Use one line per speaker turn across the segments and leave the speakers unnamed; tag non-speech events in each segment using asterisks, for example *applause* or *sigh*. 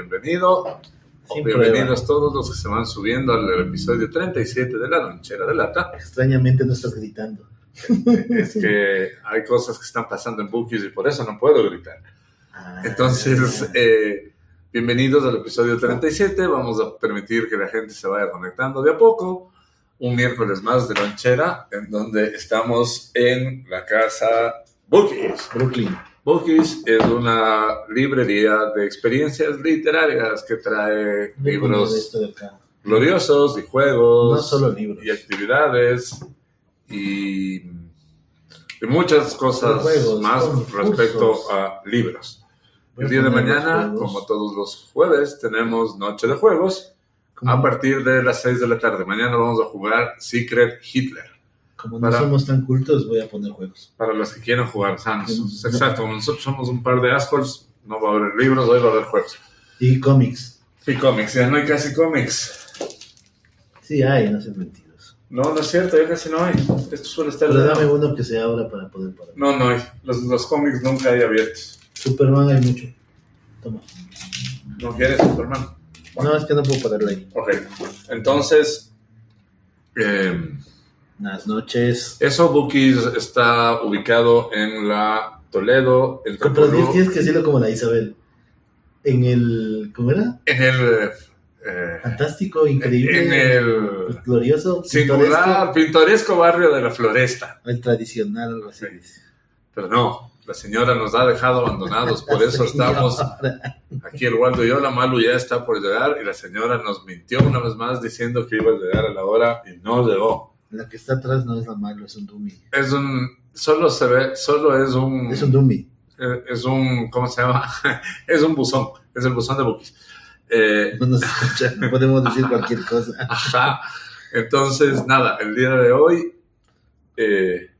Bienvenido.
Sin
Bienvenidos todos los que se van subiendo al episodio 37 de La Lonchera de Lata.
Extrañamente no estás gritando.
Es que hay cosas que están pasando en Bookies y por eso no puedo gritar.
Ah,
Entonces, eh, bienvenidos al episodio 37. Vamos a permitir que la gente se vaya conectando de a poco. Un miércoles más de Lonchera, en donde estamos en la casa Bookies.
Brooklyn.
Bookies es una librería de experiencias literarias que trae
Muy bonito
libros
esto de acá.
gloriosos y
No
juegos
solo libros.
y actividades y, y muchas cosas
Juegos,
más
concursos.
respecto a libros. El día de
Muy buenos
mañana,
juegos.
como todos los jueves, tenemos Noche de Juegos
Como-
a partir de las 6 de la tarde. Mañana vamos a jugar Secret Hitler.
Como no
para-
somos tan cultos, voy a poner juegos.
Para los que quieran jugar sanos.
Mm.
Exacto, como nosotros somos un par de assholes, no va a haber libros, hoy va a haber juegos.
Y cómics.
Y cómics, ya no hay casi cómics.
Sí, hay, no sean mentiros.
No, no es cierto, ya casi no hay. Esto suele estar...
Pero dame uno que se abra para poder parar.
No, no hay. Los, los cómics nunca hay abiertos.
Superman hay mucho. Toma.
No quieres Superman.
No, es que no puedo pararlo ahí.
Ok. Entonces, eh,
Buenas noches.
eso Bookies está ubicado en la Toledo, el
Pero tienes-
Capulú,
tienes que decirlo como la Isabel. En el. ¿Cómo era?
en el eh,
Fantástico, increíble.
en el
Glorioso.
singular
pintoresco,
pintoresco barrio de la Floresta.
El tradicional, algo así.
Sí. Pero no, la señora nos ha dejado abandonados,
*laughs*
por eso estamos aquí el Waldo y yo, la Malu ya está por llegar y la señora nos mintió una vez más diciendo que iba a llegar a la hora y no llegó.
La que está atrás no es la malo, es un dummy.
Es un. Solo se ve. Solo es un.
Es un dummy.
eh, es un- ¿Cómo se llama? *laughs* es un buzón. Es el buzón de Bookies. Eh,
No nos escucha, no podemos decir cualquier cosa.
ajá. Entonces, nada, el día de hoy. eh,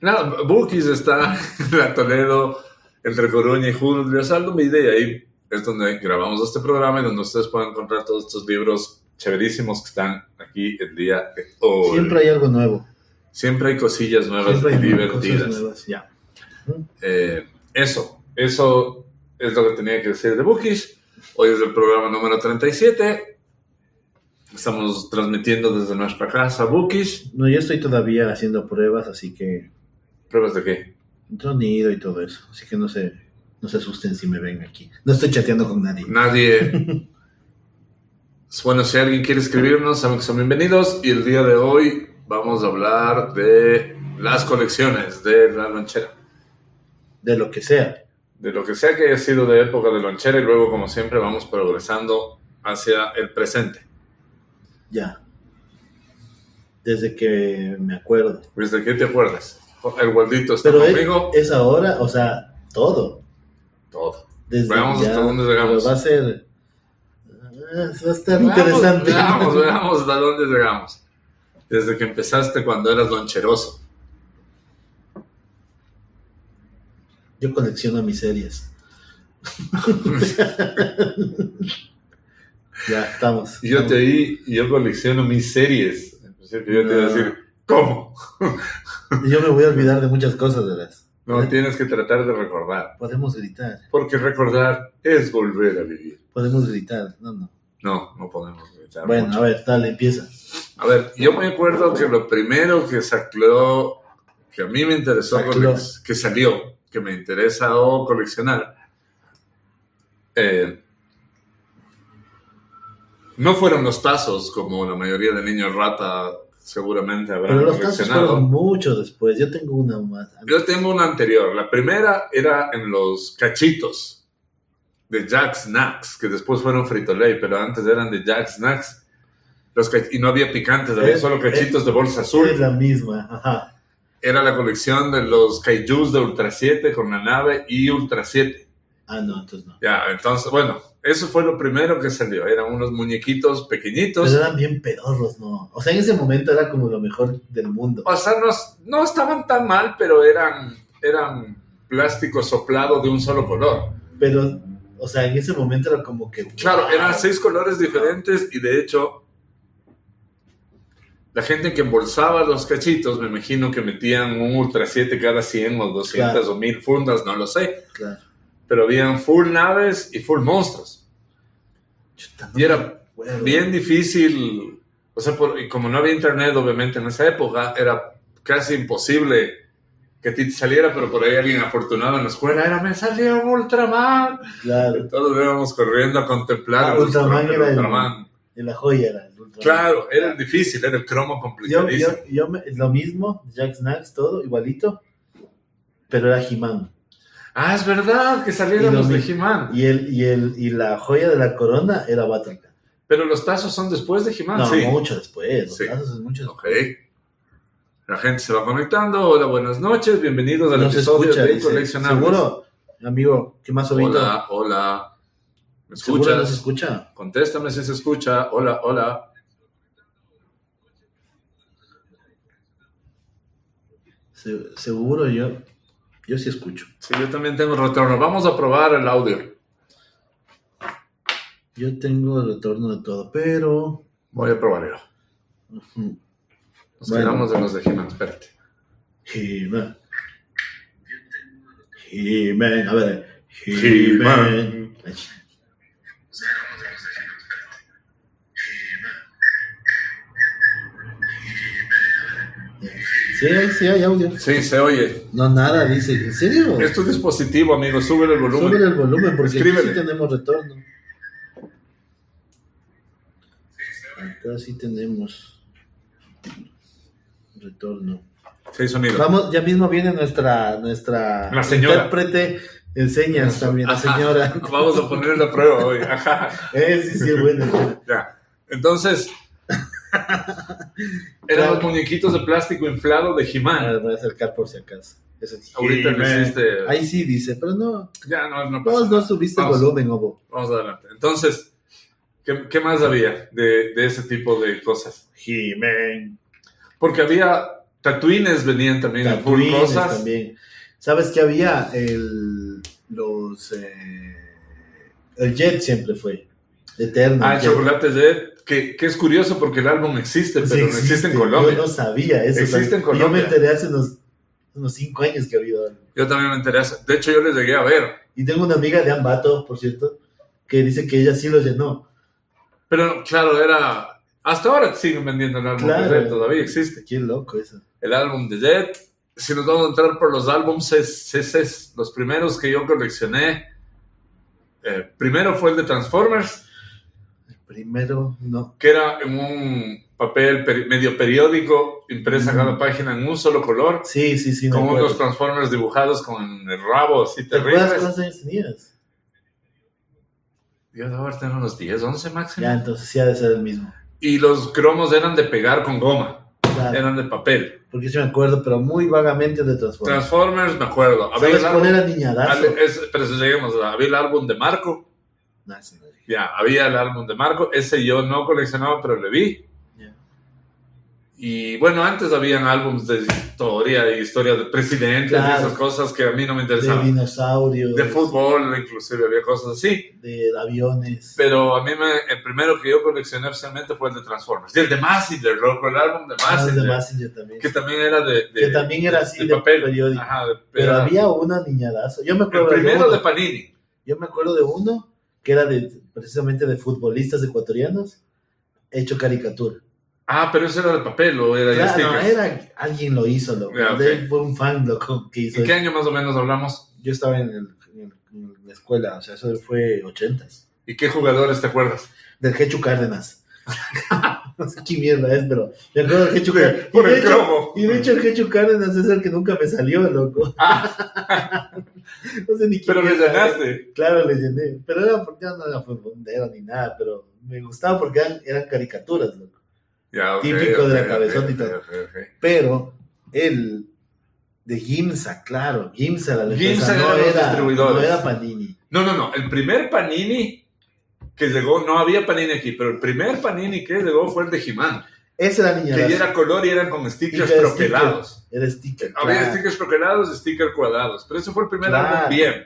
nada, Bookies está *laughs* en la Toledo, entre Coruña y Julio Saldomide, y ahí es donde grabamos este programa y donde ustedes pueden encontrar todos estos libros chéverísimos que están aquí el día de hoy.
Siempre hay algo nuevo.
Siempre hay cosillas nuevas
Siempre
y
hay
divertidas.
cosas nuevas. Ya.
Eh, eso, eso es lo que tenía que decir de Bookish. Hoy es el programa número 37. Estamos transmitiendo desde nuestra casa Bookish.
No, yo estoy todavía haciendo pruebas, así que
¿Pruebas de qué?
sonido y todo eso. Así que no se, no se asusten si me ven aquí. No estoy chateando con nadie.
Nadie. bueno, si alguien quiere escribirnos, saben que son bienvenidos. Y el día de hoy vamos a hablar de las colecciones de la lonchera.
De lo que sea.
De lo que sea que haya sido de época de lonchera y luego, como siempre, vamos progresando hacia el presente.
Ya. Desde que me acuerdo.
¿Desde qué te acuerdas? El Waldito está
Pero es,
Pues conmigo.
es ahora, o sea, todo.
Todo.
Desde
Veamos hasta dónde llegamos.
pero Va a ser. ah, Va a estar
Veamos,
interesante.
Veamos, veamos hasta dónde llegamos. Desde que empezaste cuando eras loncheroso.
*laughs* Yo colecciono mis
*laughs*
series. ya, estamos.
Y yo te oí y yo colecciono mis series. En principio Yo te iba a
No.
decir, ¿cómo?
Yo me voy a olvidar de muchas cosas, ¿verdad?
No, tienes que tratar de recordar.
Podemos gritar,
Porque recordar es volver a vivir.
podemos gritar. No, no.
No, no podemos gritar
Bueno,
mucho.
a ver, dale, empieza.
A ver, yo me acuerdo que lo primero que sacó, que a mí me interesó,
Sacló.
colec- que salió, que me interesa o coleccionar, eh, no fueron los tazos, como la mayoría de niños rata seguramente habrán
Pero los casos
coleccionado.
fueron mucho después. Yo tengo una más.
Yo tengo una anterior. La primera era en los cachitos de Jack Snacks, que después fueron Frito Lay, pero antes eran de Jack Snacks. Los cach- y no había picantes, había
Es-
solo cachitos de bolsa azul.
Es la misma. Ajá.
Era la colección de los kaijus de Ultra 7 con la nave y Ultra 7.
Ah, no, entonces no.
Ya, entonces, bueno, eso fue lo primero que salió. Eran unos muñequitos pequeñitos.
Pero eran bien pedorros, ¿no? O sea, en ese momento era como lo mejor del mundo.
O sea, no, no estaban tan mal, pero eran, eran plástico soplado de un solo color.
Pero, o sea, en ese momento era como que.
Claro,
wow.
eran seis colores diferentes y de hecho la gente que embolsaba los cachitos, me imagino que metían un Ultra 7 cada 100 o 200
Claro.
o 1000 fundas, no lo sé.
Claro.
pero habían full naves y full monstruos.
Chuta,
Y era
acuerdo.
bien difícil, o sea, por- y como no había internet, obviamente, en esa época, era casi imposible que a ti te saliera, pero por ahí alguien afortunado en la escuela era, me salió un Ultraman.
Claro,
Todos íbamos corriendo a contemplar
Ah,
a nuestro
Ultraman
propio
era el-
Ultraman.
de la joya era. el Ultraman.
Claro, era difícil, era el
Yo,
cromo
yo,
complicadísimo.
yo me- lo mismo, Jack Snacks, todo igualito, pero era He-Man.
Ah, es verdad que saliéramos
Y
de
los-
He-Man.
Y, el, y, el, y la joya de la corona era Battlecat.
Pero los tazos son después de He-Man,
No,
Ah, sí.
mucho después. Los
Sí.
tazos es mucho
Ok. La gente se va conectando. Hola, buenas noches. Bienvenidos al
No se
episodio
escucha,
de
dice.
Coleccionables.
Seguro, amigo, ¿qué más ahorita?
Hola, hola. ¿Me
¿Seguro no se
escuchas?
escucha?
Contéstame si se escucha. Hola, hola.
Se- seguro yo, yo sí escucho.
Sí, yo también tengo retorno. Vamos a probar el audio.
Yo tengo el retorno de todo, pero...
Voy a probarlo.
Ujú.
Nos
Bueno.
quedamos de los de He-Man. Espérate.
He-Man. He-Man, a ver.
He-Man.
Ay, Sí, hay- sí hay audio.
Sí, se oye.
No, nada, dice. ¿En serio?
Este Es tu dispositivo, amigo. Súbele el volumen.
Sube el volumen porque aquí
Escríbele.
sí tenemos retorno. Acá sí tenemos retorno.
Sí, sonido.
Vamos, ya mismo viene nuestra nuestra
La señora.
intérprete en señas también, la
Ajá.
señora.
Vamos a ponerle la prueba hoy. Ajá.
Eh, sí, sí, bueno.
Ya.
*laughs*
Entonces, eran los muñequitos de plástico inflado de *laughs*
A
He-Man.
ver, voy a acercar por si acaso. Eso sí.
Ahorita lo hiciste.
Ahí sí dice, pero no,
Ya no, no pasa.
vos no subiste el
Vamos.
volumen, Obo.
Vamos adelante. Entonces, ¿qué, qué más había de, de ese tipo de cosas?
He-Man.
Porque había tatuines, venían también en full
Tatooines
cosas.
también. ¿Sabes qué había? El, los, eh, el Jet siempre fue. Eterno.
Ah,
el
el
Jet.
chocolate de que, que es curioso porque el álbum existe, pero
Sí,
no existe, en
Yo
Colombia.
no sabía eso.
Existe en
también. Yo me
Colombia.
enteré hace unos, unos cinco años que había algo.
Yo también me enteré. hace- De hecho, yo les llegué a ver.
Y tengo una amiga de Ambato, por cierto, que dice que ella sí lo llenó.
Pero claro, era. Hasta ahora siguen vendiendo el álbum
Claro.
de Jet, todavía existe.
Este, Qué loco eso.
El álbum de Jet. Si nos vamos a entrar por los álbumes, es- es- es- los primeros que yo coleccioné. eh, primero fue el de Transformers.
Primero, no.
que era en un papel peri- medio periódico, impresa
Ujú.
cada página en un solo color,
Sí, sí, sí. me
como
acuerdo.
unos Transformers dibujados con el rabo así
¿Te acuerdas
terribles.
cuántos años tenías?
Yo debo haber tenido unos 10, 11 máximo.
Ya, entonces sí ha de ser el mismo.
Y los cromos eran de pegar con goma,
Claro,
eran de papel.
porque sí me acuerdo, pero muy vagamente de Transformers.
Transformers, me acuerdo. Había
¿Sabes
el álbum,
cuál era niñadazo?
al- es- pero si lleguemos, a- había el álbum de Marco,
No, Ah, sí, no.
ya, había el álbum de Marco, ese yo no coleccionaba, pero le vi.
Ya.
Y bueno, antes habían álbumes de historia y historias de presidentes y
Claro.
esas cosas que a mí no me
De
interesaban.
dinosaurios,
de fútbol, inclusive había cosas así.
de aviones.
Pero a mí me, el primero que yo coleccioné oficialmente fue el de Transformers. Y el de Massinger, loco, el álbum de
Ah, de
Massinger.
Mazinger también.
que también era de, de-
que también era así
de
de,
papel.
periódico.
Ajá, de-
pero
era-
había una niñadazo. Yo me
el
acuerdo de
primero
uno.
de Panini.
Yo me acuerdo de uno que era de precisamente de futbolistas ecuatorianos hecho caricatura.
Ah, pero ese era de papel o era de
Claro,
stickers.
era alguien lo hizo, loco.
Ya, Ah, ok.
De él Fue un fan loco que hizo.
¿En qué
eso.
año más o menos hablamos?
Yo estaba en, el- en el- en la escuela, o sea, eso fue 80s.
¿Y qué jugadores te acuerdas?
Del Hechu Cárdenas. *laughs* no sé qué mierda es, pero me acuerdo del Hechu Cárdenas. Y
Por
de
el
hecho-
cromo.
Y de hecho el Hechu Cárdenas es el que nunca me salió, loco. *laughs* no sé ni quién
Ah. Pero le
era. eh.
llenaste.
Claro, le llené. Pero era porque ya no era futbolero ni nada, pero me gustaba porque eran, eran caricaturas, loco.
Ya, ok,
Típico de la
ok, ok,
cabezota y
ok,
todo.
ok, ok.
Pero el de Gimsa, claro, Gimsa era la
Gimsa
empresa,
eran los distribuidores.
No era Panini.
No, no, no. El primer Panini que llegó, no había Panini aquí, pero el primer Panini que llegó fue el de He-Man.
Esa era la niña.
Que ya era color y eran con stickers
Y que
troquelados.
Era sticker.
Había
claro.
stickers troquelados y stickers cuadrados. Pero ese fue el primer
Claro.
álbum bien.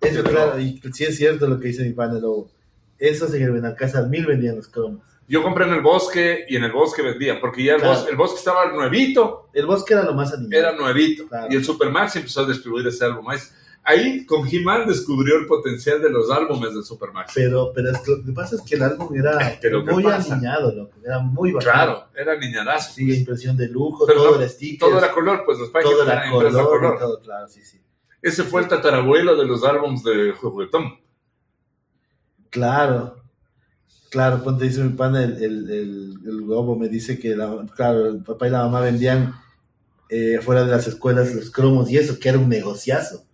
Eso, claro, y sí es cierto lo que dice mi pana Lobo. Esos en el Benancasa mil vendían los cromos.
Yo compré en el bosque y en el bosque vendía, porque ya el,
Claro.
bosque, el bosque estaba nuevito,
El bosque era lo más animado.
era nuevito.
Claro.
Y el Supermax empezó a distribuir ese álbum. Es- ahí con He-Man descubrió el potencial de los álbumes de Supermax.
Pero, pero es que lo que pasa es que el álbum era
Es que lo que
muy
pasa.
alineado, loco. Era muy bacán.
Claro, era niñadazo.
Sí, impresión de lujo,
Pero
todo
no,
era sticker,
Todo era color, pues las páginas
todo
eran
era
impresas a
color,
color.
y todo, claro, sí, sí.
Ese fue el tatarabuelo de los álbumes de Juguetón.
Claro. Claro, ponte dice mi pana, el, el, el, el globo me dice que la, claro, el papá y la mamá vendían eh, fuera de las escuelas los cromos y eso, que era un negociazo.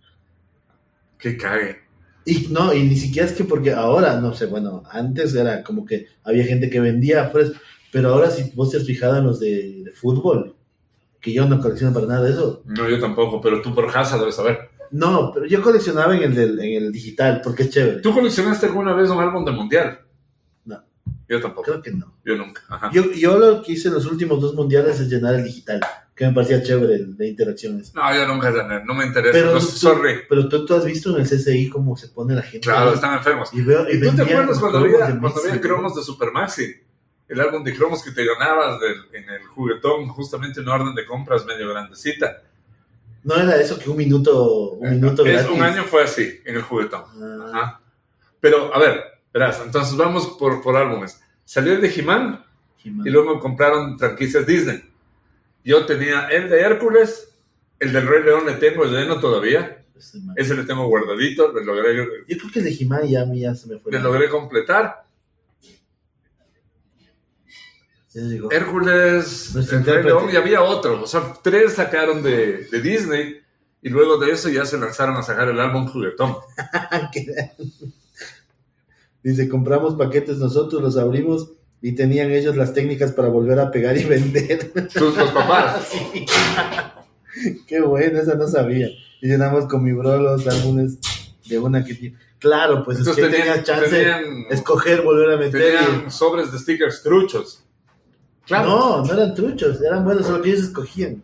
Qué cague.
Y no, y ni siquiera es que porque ahora, no sé, bueno, antes era como que había gente que vendía, pues, pero ahora si vos te has fijado en los de, de fútbol, que yo no colecciono para nada de eso.
No, yo tampoco, pero tú por Haza debes saber.
No, pero yo coleccionaba en el, del- en el digital, porque es chévere.
¿Tú coleccionaste alguna vez un álbum de mundial?
No.
Yo tampoco.
Creo que no.
Yo nunca. Ajá.
Yo, yo lo que hice en los últimos dos mundiales es llenar el digital, que me parecía chévere el de interacciones.
No, yo nunca gané. No me interesa.
Pero
no,
tú-
sorry.
Pero tú, tú has visto en el CCI cómo se pone la gente.
Claro, están enfermos.
Y veo, y
¿Y tú te
vendían
acuerdas cuando
cromos
había,
de
cuando
Messi,
había cromos de Supermaxi? El álbum de cromos que te ganabas del- en el juguetón, justamente una orden de compras medio grandecita.
No era eso que un minuto, un minuto
Es-
gratis.
un año fue así, en el juguetón.
Ah,
Ajá. Pero, a ver, verás, entonces vamos por, por álbumes. Salió el de He-Man
He-Man.
y luego compraron franquicias Disney. Yo tenía el de Hércules, el del Rey León le tengo lleno todavía.
Ese este man.
Ese le tengo guardadito, le logré,
Yo creo que el de He-Man ya, a mí ya se me fue.
le
la-
logré completar.
ya llegó. *laughs*
Eh. Hércules,
Nuestro
el Rey
intérprete.
León y había otro. O sea, tres sacaron de, de Disney y luego de eso ya se lanzaron a sacar el álbum Juguetón.
ah, Dice, compramos paquetes nosotros, los abrimos y tenían ellos las técnicas para volver a pegar y *laughs* vender.
Sus los *laughs* papás.
Ah, Sí. Qué bueno, esa no sabía. Y llenamos con mi bro los álbumes de una que tiene. Claro, *laughs* pues
Entonces
es que tenía
tenían,
chance de
tenían-
escoger, volver a meter.
tenían sobres de stickers truchos. Claro.
No, no eran truchos, eran buenos, solo que ellos escogían.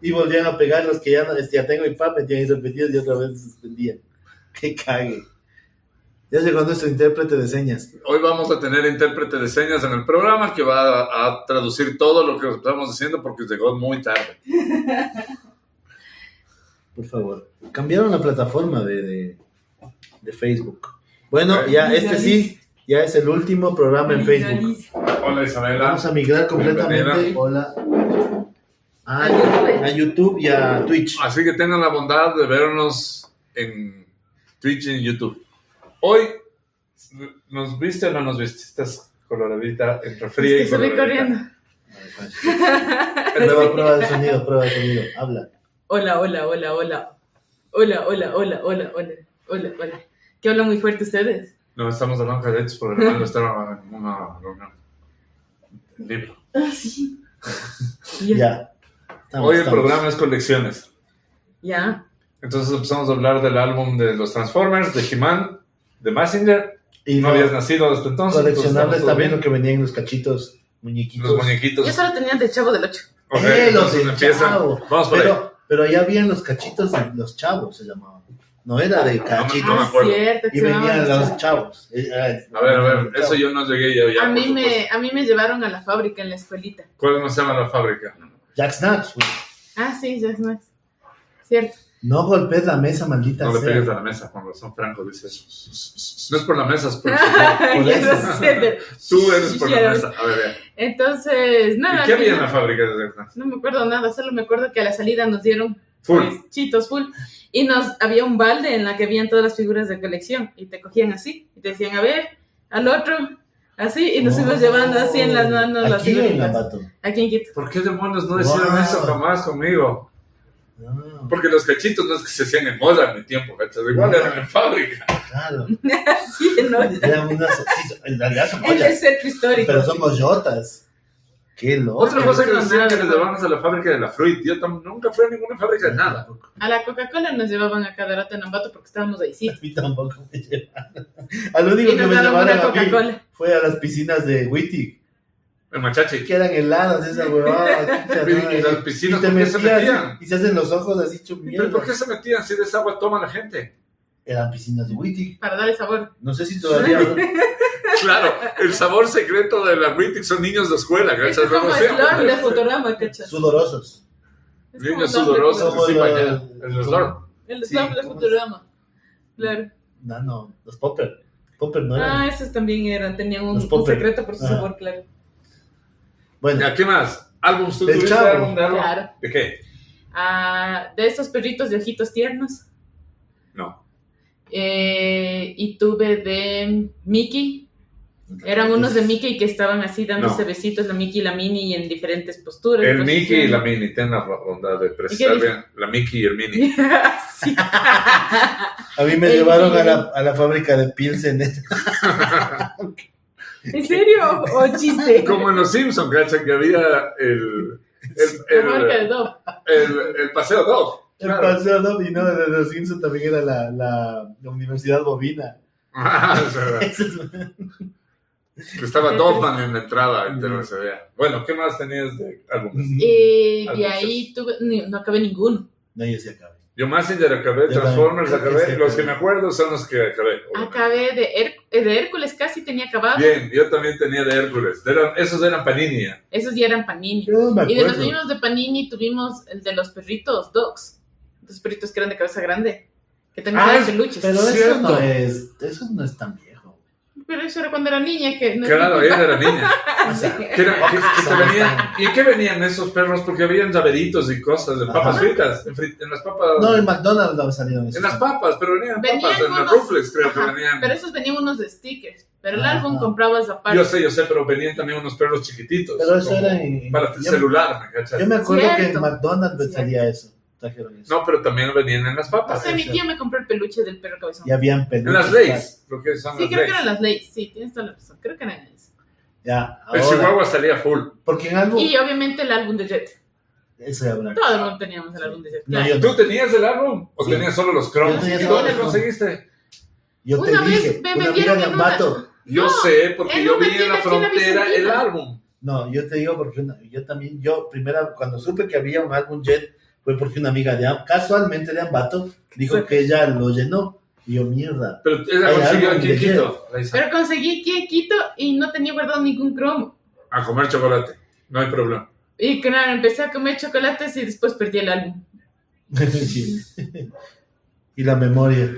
Y volvían a pegar los que ya, no- este, ya tengo y pa, metían y repetidos y otra vez suspendían. *laughs* Que cague. Ya llegó nuestro intérprete de señas.
Hoy vamos a tener intérprete de señas en el programa que va a, a traducir todo lo que estamos diciendo porque llegó muy tarde.
Por favor. Cambiaron la plataforma de, de, de Facebook. Bueno, ya este sí, ya es el último programa en Facebook.
Hola Isabela.
Vamos a migrar completamente
Bienvenida.
hola, a, a YouTube y a Twitch.
Así que tengan la bondad de vernos en Twitch y en YouTube. Hoy, ¿nos viste o no nos viste? Estás coloradita, entre fría
Es que
y
salí
coloradita.
corriendo.
*laughs* El
Prueba, pues.
nuevo-
prueba de sonido, prueba de sonido. Habla.
Hola, hola, hola, hola. Hola, hola, hola, hola, hola, hola, hola. ¿Qué hablan muy fuerte ustedes?
No, estamos hablando de hechos por el hermano está en una reunión. Libro.
Ah, sí. Ya.
Ya. Estamos,
Hoy el
estamos.
programa es colecciones.
Ya.
Entonces empezamos a hablar del álbum de los Transformers, de He-Man, de Messenger.
Y
no
no-
habías nacido hasta entonces.
coleccionables
entonces estamos
también
todo
lo que venían en los cachitos,
bien.
muñequitos.
Los muñequitos.
Yo solo tenía el de Chavo del Ocho.
Ok,
Eh, los
entonces
del
empiezan.
Chavo.
Vamos por ahí.
pero, pero ya habían los cachitos de los chavos, se llamaban. No era de cachitos.
No me
ah,
acuerdo.
cierto.
y
que se llamaban
venían
los
los chavos. Eh, eh,
A ver, a ver,
los
eso
chavos.
yo no llegué ya. ya
A
por
mí,
supuesto.
me, a mí me llevaron a la fábrica en la escuelita.
¿Cuál no se llama la fábrica?
Jack Snacks, güey.
Ah, sí, ya es más. Cierto.
No golpees la mesa, maldita
No le
sea.
pegues a la mesa, con razón, Franco dice eso.
*laughs*
No es por la mesa, es
*laughs*
por
por
Ya
eso.
no *laughs* sé.
Tú eres por la
Ya.
mesa. A ver, vea.
Entonces, nada.
¿Y qué
al
había en
final-
la fábrica de Zerna?
No me acuerdo nada, solo me acuerdo que a la salida nos dieron
Full.
pues, chitos full. Y nos había un balde en la que habían todas las figuras de colección y te cogían así y te decían, a ver, al otro, así, y nos
Oh.
ibas llevando así en las manos las
Aquí en
figuritas.
Lambato.
Aquí en Quito. *laughs*
¿Por qué demonios no hicieron
Wow.
eso jamás conmigo?
No,
Porque los cachitos no es que se hacían en moda en mi tiempo, ¿cachas? Igual eran en fábrica.
claro.
Así, ¿no?
Eran unas. sí, en realidad
*laughs*
son
Es el
joyas,
centro histórico.
pero son goyotas. Qué loco.
Otra cosa que
no,
decían que
nada.
les llevamos a la fábrica de la fruit. Yo tam- nunca fui a ninguna fábrica
*laughs*
de nada.
A la Coca-Cola nos llevaban a cada rato en Ambato porque estábamos ahí, sí.
A mí tampoco me llevaron. Al único
Y
que
nos
me
daban
llevaron
una
a mí
Coca-Cola.
fue a las piscinas de Wittig,
El machache.
que eran heladas esa
*laughs*
huevada. chucha,
Y-
¿no?
y las piscinas,
Y te
¿por qué se
metías
metían?
y se hacen los ojos así hecho
¿Pero
mierda.
por qué se metían si de esa agua toma la gente?
Eran piscinas de Wittig.
Para darle sabor.
No sé si todavía.
Claro, el sabor secreto de la Wittig son niños de escuela.
Es
Gracias,
como
vamos
slurm de
siempre.
Futurama, cachas.
sudorosos.
Es como
Niños
slurm de
sudorosos,
Futurama.
Como
sin
la-
bañar. El slurm.
El
Sí,
slap de
¿cómo
Futurama. Claro.
No, no, los Popper. Popper no eran.
Ah, esos también eran, tenían un,
Los
un
Popper.
secreto por su
Ah.
sabor, claro.
Bueno,
Ya, ¿qué más? ¿Álbums? ¿Tú
Del
tuviste
Chavo.
álbum de álbum?
Claro.
¿De qué?
Ah, de esos perritos de ojitos tiernos.
No.
Eh, y tuve de Mickey. Eran unos de Mickey que estaban así dándose
No.
besitos, la Mickey y la Minnie, en diferentes posturas.
El Mickey y la
posiciones.
Mini, ten la bondad de precisar
dije?
bien. La Mickey y el Mini.
*laughs* Sí.
a mí me
el-
llevaron a la, a la fábrica de Pilsen. ¿eh?
¿En serio? ¿O chiste?
Como en los Simpsons, ¿cachai? Que había el, el,
La marca de
el,
Dove.
el- el paseo Dove.
El
Claro.
paseo no vino de los Simpsons también era la, la, la Universidad
*laughs*
Bovina.
*laughs* Ah, es verdad.
Eso es-
Que estaba Dogman en la entrada, entre los que se vea. Bueno, ¿qué más tenías de
Mm.
álbumes?
Eh, de
Algunos.
ahí tuve, ni- no acabé ninguno.
No, yo sí acabé.
Yo Massinger acabé,
Yo
Transformers
también.
acabé.
Sí,
Los que
acabé.
me acuerdo son los que acabé. obviamente.
Acabé de, Her- eh, de Hércules, casi tenía acabado.
Bien, yo también tenía de Hércules. Eran- esos eran Panini. ¿eh?
Esos ya eran Panini.
Yo no me
*laughs* Y de los
acuerdo.
niños de Panini tuvimos el de los perritos, Dogs. Los perritos que eran de cabeza grande, que también
Ah,
eran peluches.
Pero
Pero,
eso
Cierto.
no, es, eso no es tan viejo.
eso era cuando era niña. Que no
Claro, ella era niña.
Ah,
O sea,
Que era- que- que te
Son
venían- ¿Y en qué venían esos perros? Porque habían llaveritos y cosas de papas
Ajá.
fritas. En, fri- en las papas.
no, en McDonald's no salieron esos.
en las papas, pero venían
Venían
papas. En las
unos-
Ruffles, creo
Ajá,
que venían.
Pero esos venían unos de stickers. Pero el
Ajá.
álbum comprabas aparte.
Yo sé, yo sé, pero venían también unos perros chiquititos.
Pero eso
como
era en.
Para el
yo,
celular, ¿me cachas?
yo me acuerdo que en
Cierto.
McDonald's salía eso. Trajeron eso.
No, pero también venían en las
O
papas.
sea, mi tío me compró el peluche del perro cabezón.
Y habían
En
peluches.
las leyes, lo que son
Sí,
las
creo que
leyes.
eran las leyes. Sí, tienes toda la razón. Creo que eran leyes.
Ya,
El
ahora,
Chihuahua salía full.
Porque en algo.
Y obviamente el álbum de Jet.
Eso ya habrá.
Todo el mundo teníamos el álbum de Jet.
No,
claro.
yo
¿Tú tenías el álbum o
Sí.
tenías solo los cromos?
Yo tenía
¿Y
solo
dónde
los cromos.
conseguiste?
Yo te
Una vez
dije,
me
una amiga
vendieron
de
en una-
Ambato.
Yo
No,
sé, porque
en
yo
una
vi en
tienda
la
aquí en la
frontera el
Vicentina.
álbum.
No, yo te digo porque una- yo también, yo primera, cuando supe que había un álbum Jet, fue porque una amiga de Am- casualmente de Ambato, dijo
Sí.
que ella lo llenó. Y yo, mierda. *laughs*
Pero ella
Hay
consiguió
álbum
aquí
de
en Quito. la Isa.
Pero conseguí aquí en Quito y no tenía guardado ningún cromo.
A comer chocolate. No hay problema.
Y claro, empecé a comer chocolates y después perdí el álbum.
Sí. y la memoria.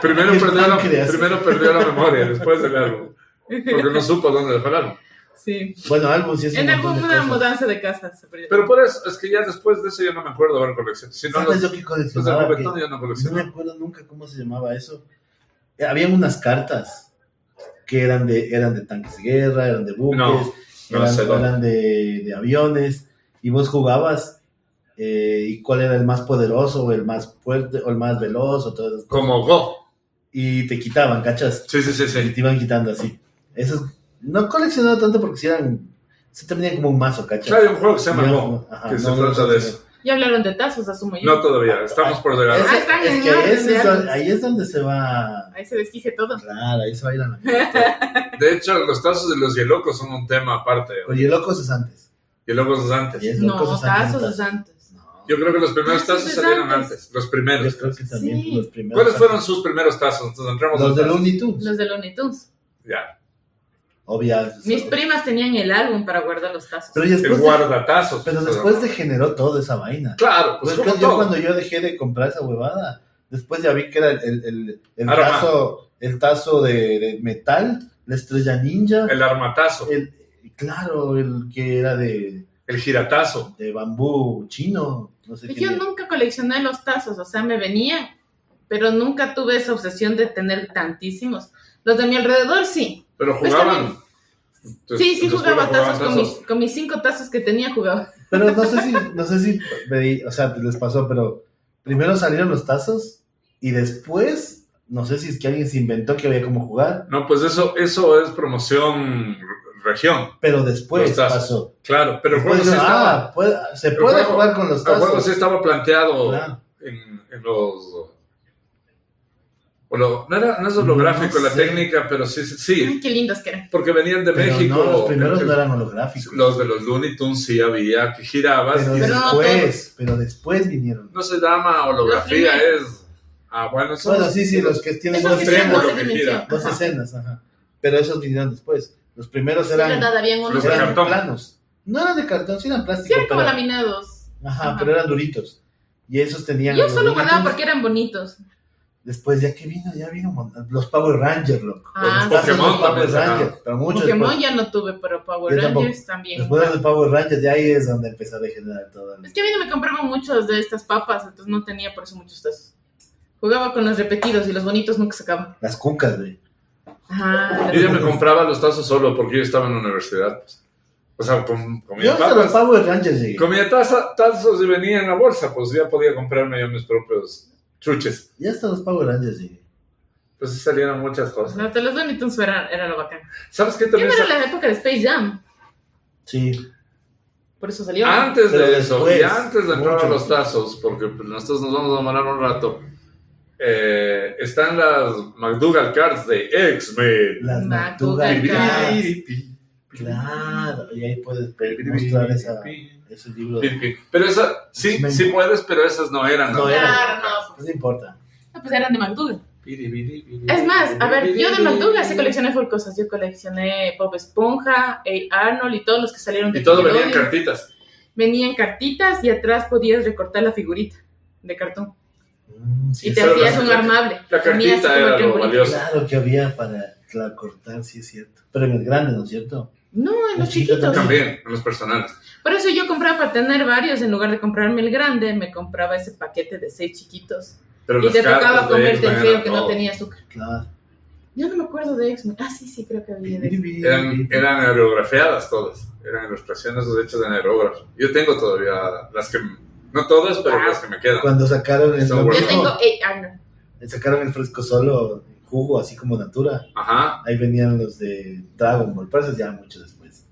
Primero
El
perdió, la,
páncreas.
primero perdió la memoria, después del álbum. Porque no supo dónde dejó el álbum.
Sí.
Bueno, álbum sí es un
En
montón de
alguna
cosas.
mudanza de casa se perdió.
Pero por eso, es que ya después de eso yo no me acuerdo haber coleccionado. Si no,
¿Sabes
los,
yo qué
los del
coleccionaba?
Robertón
Que-
yo no
no me
coleccionaba.
acuerdo nunca cómo se llamaba eso. Eh, Habían unas cartas que eran de, eran de tanques de guerra, eran de buques,
No, no
eran,
sé dónde.
eran de, de aviones, y vos jugabas eh, y cuál era el más poderoso, o el más fuerte, o el más veloz, o todo eso.
Como Go.
Y te quitaban, ¿cachas?
Sí, sí, sí,
Y
sí.
te iban quitando así. Eso no coleccionaba tanto porque si eran. Se terminan como un mazo, ¿cachas?
Claro, hay un juego que se llama
Digamos,
Go.
ajá,
Que
no,
se
no
trata de
coleccioné.
eso.
Ya hablaron de tazos, asumo yo.
No todavía, estamos por
Ese-
delante.
Ah, están
es
en
que
orden
ese
de
es donde-
álbumes.
ahí es donde se va.
Ahí se desquije todo.
Claro, ahí se va a ir a la mierda.
De hecho, los tazos de los hielocos son un tema aparte.
Oye, locos es antes.
Hielocos es antes.
Y es
No,
locos es antes.
tazos es antes.
No,
Yo creo que los primeros
Tazos
tazos
es
salieron
antes.
antes. Los
yo
primeros.
creo que también
Sí.
los primeros.
¿Cuáles
tazos.
fueron sus primeros tazos? Entonces entramos
Los
los
de
tazos.
Looney Tunes.
Los de Looney Tunes.
Ya.
Obviamente.
Mis primas tenían el álbum para guardar los tazos.
Pero,
El
después, de-
guardatazos.
pero después degeneró toda esa vaina.
Claro, pues
Pues
como
yo
todo.
cuando yo dejé de comprar esa huevada, después ya vi que era el, el, el, el
Arma.
tazo, el tazo de, de metal, la estrella ninja,
El armatazo,
el- claro, el que era de,
el giratazo.
de bambú chino, no sé qué.
Yo nunca coleccioné los tazos, o sea, me venían, pero nunca tuve esa obsesión de tener tantísimos. Los de mi alrededor sí.
Pero
Pues
jugaban.
Pues,
Tus-
sí, sí
tus
jugaba
juegos
tazos, con,
jugaban
mis, con mis cinco tazos que tenía jugaba.
Pero no sé si, no sé si, me di- o sea, les pasó, pero primero salieron los tazos y después, no sé si es que alguien se inventó que había como jugar,
No, pues eso, eso es promoción r- región.
pero después
Los tazos.
pasó.
Claro, pero el juego
Después
sí
dijeron,
estaba.
ah, puede- se
El
puede
juego-
jugar con los
El juego
tazos.
sí estaba planteado.
Claro.
en, en los. o lo- no, era, no es holográfico
No
la
sé.
técnica, pero sí, sí, sí,
Ay, qué lindos que eran.
porque venían de
Pero
México.
No, los primeros
el-
no eran holográficos.
los de los Looney Tunes sí había, que girabas.
pero
y
Pero no
después, pero después vinieron.
no se llama holografía,
Los
es. Ah, bueno, son
Bueno, sí, sí, los que tienen
Esos
dos,
que
tres,
sean
escenas,
triángulo
dos
que gira.
dimensiones.
dos
Ajá.
escenas, ajá. Pero esos vinieron después. Los primeros
Sí,
eran,
verdad, habían unos
los
eran
de
que eran-
cartón.
planos. No eran de cartón, sí eran
sí,
plásticos.
eran como
pero,
laminados.
ajá,
Ajá.
pero eran duritos. Y esos tenían.
Yo
los
solo guardaba
Looney Tunes.
porque eran bonitos.
Después, ya que vino, ya vino mon- los Power Rangers, loco.
Ah,
Los tazos de
Pokémon
Power
también sacaban.
Rangers, pero mucho
Pokémon
después.
ya no tuve, pero Power
Yo tampoco.
Rangers también.
Después de los de Power Rangers, ya ahí es donde empezó a degenerar todo.
Es que a mí no me compraban muchos de estas papas, entonces no tenía por eso muchos tazos. Jugaba con los repetidos y los bonitos nunca sacaban.
Las cuncas, güey.
Ajá.
Yo ya me compraba los tazos solo porque yo estaba en la universidad. pues. O sea, com-
Yo
comía
hasta los
papas.
Power Rangers llegué.
Comía pues. taza- tazos y venía en la bolsa, pues ya podía comprarme yo mis propios chuches.
Ya hasta los Power Rangers llegué.
Entonces salieron muchas cosas.
Hasta los bonitos era, era lo bacán.
¿Sabes qué
¿Qué
también?
era
sa-
la época de Space Jam?
Sí.
Por eso salió.
Antes
Pero
de eso,
después,
y antes de entrar a
mucho.
los tazos, porque pues, nosotros nos vamos a demorar un rato, eh, están las McDougall Cards de X-Men.
Las
Matugas.
Matugas. Claro.
Claro.
Claro, y ahí puedes pe- mostrar esa, ese libro.
Pero esa, sí,
X-Men.
sí puedes, pero esas no eran.
No eran.
Claro, Ah, no.
No importa.
Ah, pues eran de McDougal. Es más, a ver, yo de McDougal sí coleccioné full cosas. Yo coleccioné Bob Esponja, A. Arnold y todos los que salieron de
Y todo
Nickelodeon.
venían cartitas.
Venían cartitas y atrás podías recortar la figurita de cartón.
Mm, sí,
y te
solo
sí.
la-
hacías un armable.
La
Tenías como
cartita
el
era lo
triangulito.
valioso.
Claro que había para claro, cortar, sí es cierto. Pero en el grande, ¿no es cierto?
No, en los
Los chicos
chiquitos.
También, en los personales.
Por eso yo compraba para tener varios, en lugar de comprarme el grande, me compraba ese paquete de seis chiquitos.
Pero
Y
las
te tocaba
cartas de
comerte el
X-Men
feo
eran
que no
todo.
tenía azúcar.
Claro.
Yo no me acuerdo de X-Men. Ah, sí, sí, creo que había de
Eran, eran aerografiadas todas. Eran ilustraciones hechas en aerógrafo. Yo tengo todavía las que. No todas, pero las que me quedan.
Cuando sacaron el,
Son
Yo
buenos.
tengo eh, ah, A. Arnold.
sacaron el fresco solo, en jugo, así como Natura.
Ajá.
Ahí venían los de Dragon Ball, pero eso ya mucho después.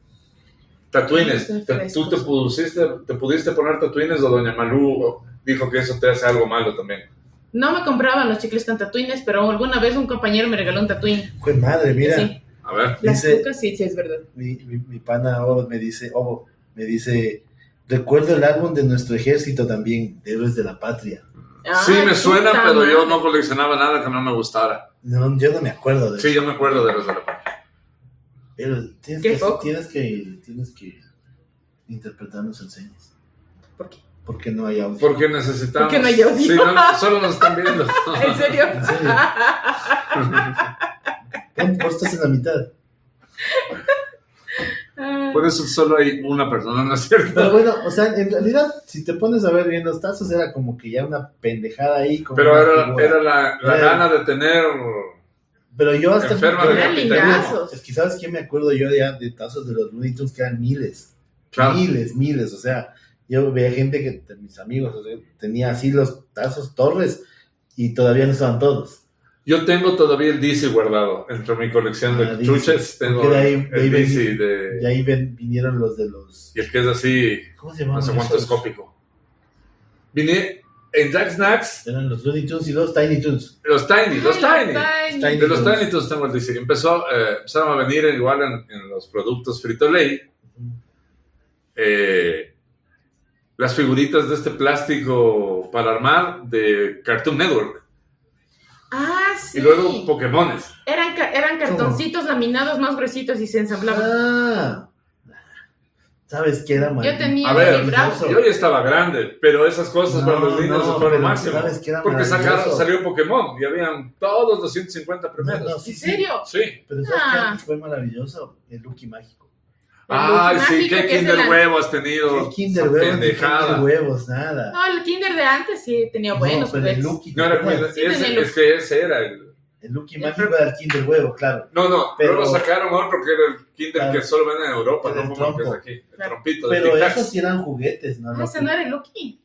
Tatuines.
Estoy
Te-
fresco.
¿Tú te, pusiste, te pudiste poner tatuines o Doña Malú dijo que eso te hace algo malo también?
No me compraban los chicles con tatuines, pero alguna vez un compañero me regaló un tatuín.
Jue madre, mira.
Sí,
A ver.
las
Dice-
cucas sí, sí, es verdad.
mi, mi, mi pana Ovo me dice, Ovo, me dice, recuerdo el álbum de nuestro ejército también, de Héroes de la Patria.
sí,
Ay,
me suena,
puta
pero yo
madre.
no coleccionaba nada que no me gustara.
No, yo no me acuerdo de
Sí,
eso.
yo me acuerdo de los de la Patria.
Pero tienes
Qué
que,
poco.
tienes que, tienes que interpretarnos en señas,
¿Por qué?
porque no hay audio.
Porque necesitamos.
Porque no hay audio.
Sí, no, solo nos están viendo.
*laughs*
*laughs*
¿En serio?
¿En
*laughs*
serio? Pon- pon estos en la mitad.
Ah,
Por eso solo hay una persona, ¿no es cierto?
Pero bueno, o sea, en realidad, si te pones a ver bien los tazos, era como que ya una pendejada ahí. Como
Pero
una
era,
figura.
era la, la
Eh.
gana de tener.
Pero yo hasta...
enferma
yo-
de
Eran
capitalismo.
lingazos.
Es que sabes que me acuerdo yo ya de tazos de los Looney Tunes que eran miles.
Claro.
miles, miles. O sea, yo veía gente que, de mis amigos, o sea, tenía así los tazos torres y todavía no estaban todos.
Yo tengo todavía el DC guardado. Entre mi colección de
Ah, DC.
chuches tengo
Porque de ahí- de ahí
el DC
Y
de,
ahí ven- vinieron los de los.
y el que es así,
¿Cómo se
no
llamaban?
sé cuánto
esos?
escópico. Vine en Jack Snacks,
Eran los Looney Tunes y los Tiny Tunes.
los Tiny, los
Ah. ay,
Tiny.
los
Tiny.
De los Tiny Toons tengo el DC. Empezó, eh, empezaron a venir igual en, en los productos Frito Lay. eh, las figuritas de este plástico para armar de Cartoon Network.
Ah, sí.
Y luego Pokémones.
Eran, ca- eran cartoncitos laminados más gruesitos y se ensamblaban.
Ah, ¿Sabes qué era, man?
Yo tenía
A ver,
mi brazo.
Yo ya estaba grande, pero esas cosas
No,
para los niños
no,
se fueron
pero
máximo.
sabes que era
Porque sacaron-
maravilloso.
salió Pokémon y habían todos los 150
No,
primeros.
no, sí,
¿En
sí.
serio?
Sí.
Pero ¿sabes
Ah.
qué? Fue maravilloso. El Lucky Mágico.
Ay, sí,
mágico
qué
que es
Kinder
el-
Huevo has tenido.
El Kinder
Esa
huevos, ni Kinder
pendejada.
huevos, nada.
No, pues. el kinder de antes sí tenía
No,
buenos
pero el
juguetes.
Lucky,
No era
¿te
Kinder-
acuerdas?
Sí, tenía
ese,
luz.
es que ese era el.
El Lucky Mágico era el Kinder Huevo, claro.
No, no,
Pero-
luego sacaron otro que era el Kinder
Claro.
que solo ven en Europa,
Era
no
el
como el que es
trompo.
aquí. El
Claro.
trompito de
Pero
Tic Tacs.
esos sí eran juguetes, ¿no? pues.
Ah,
Los-
ese no era el Lucky.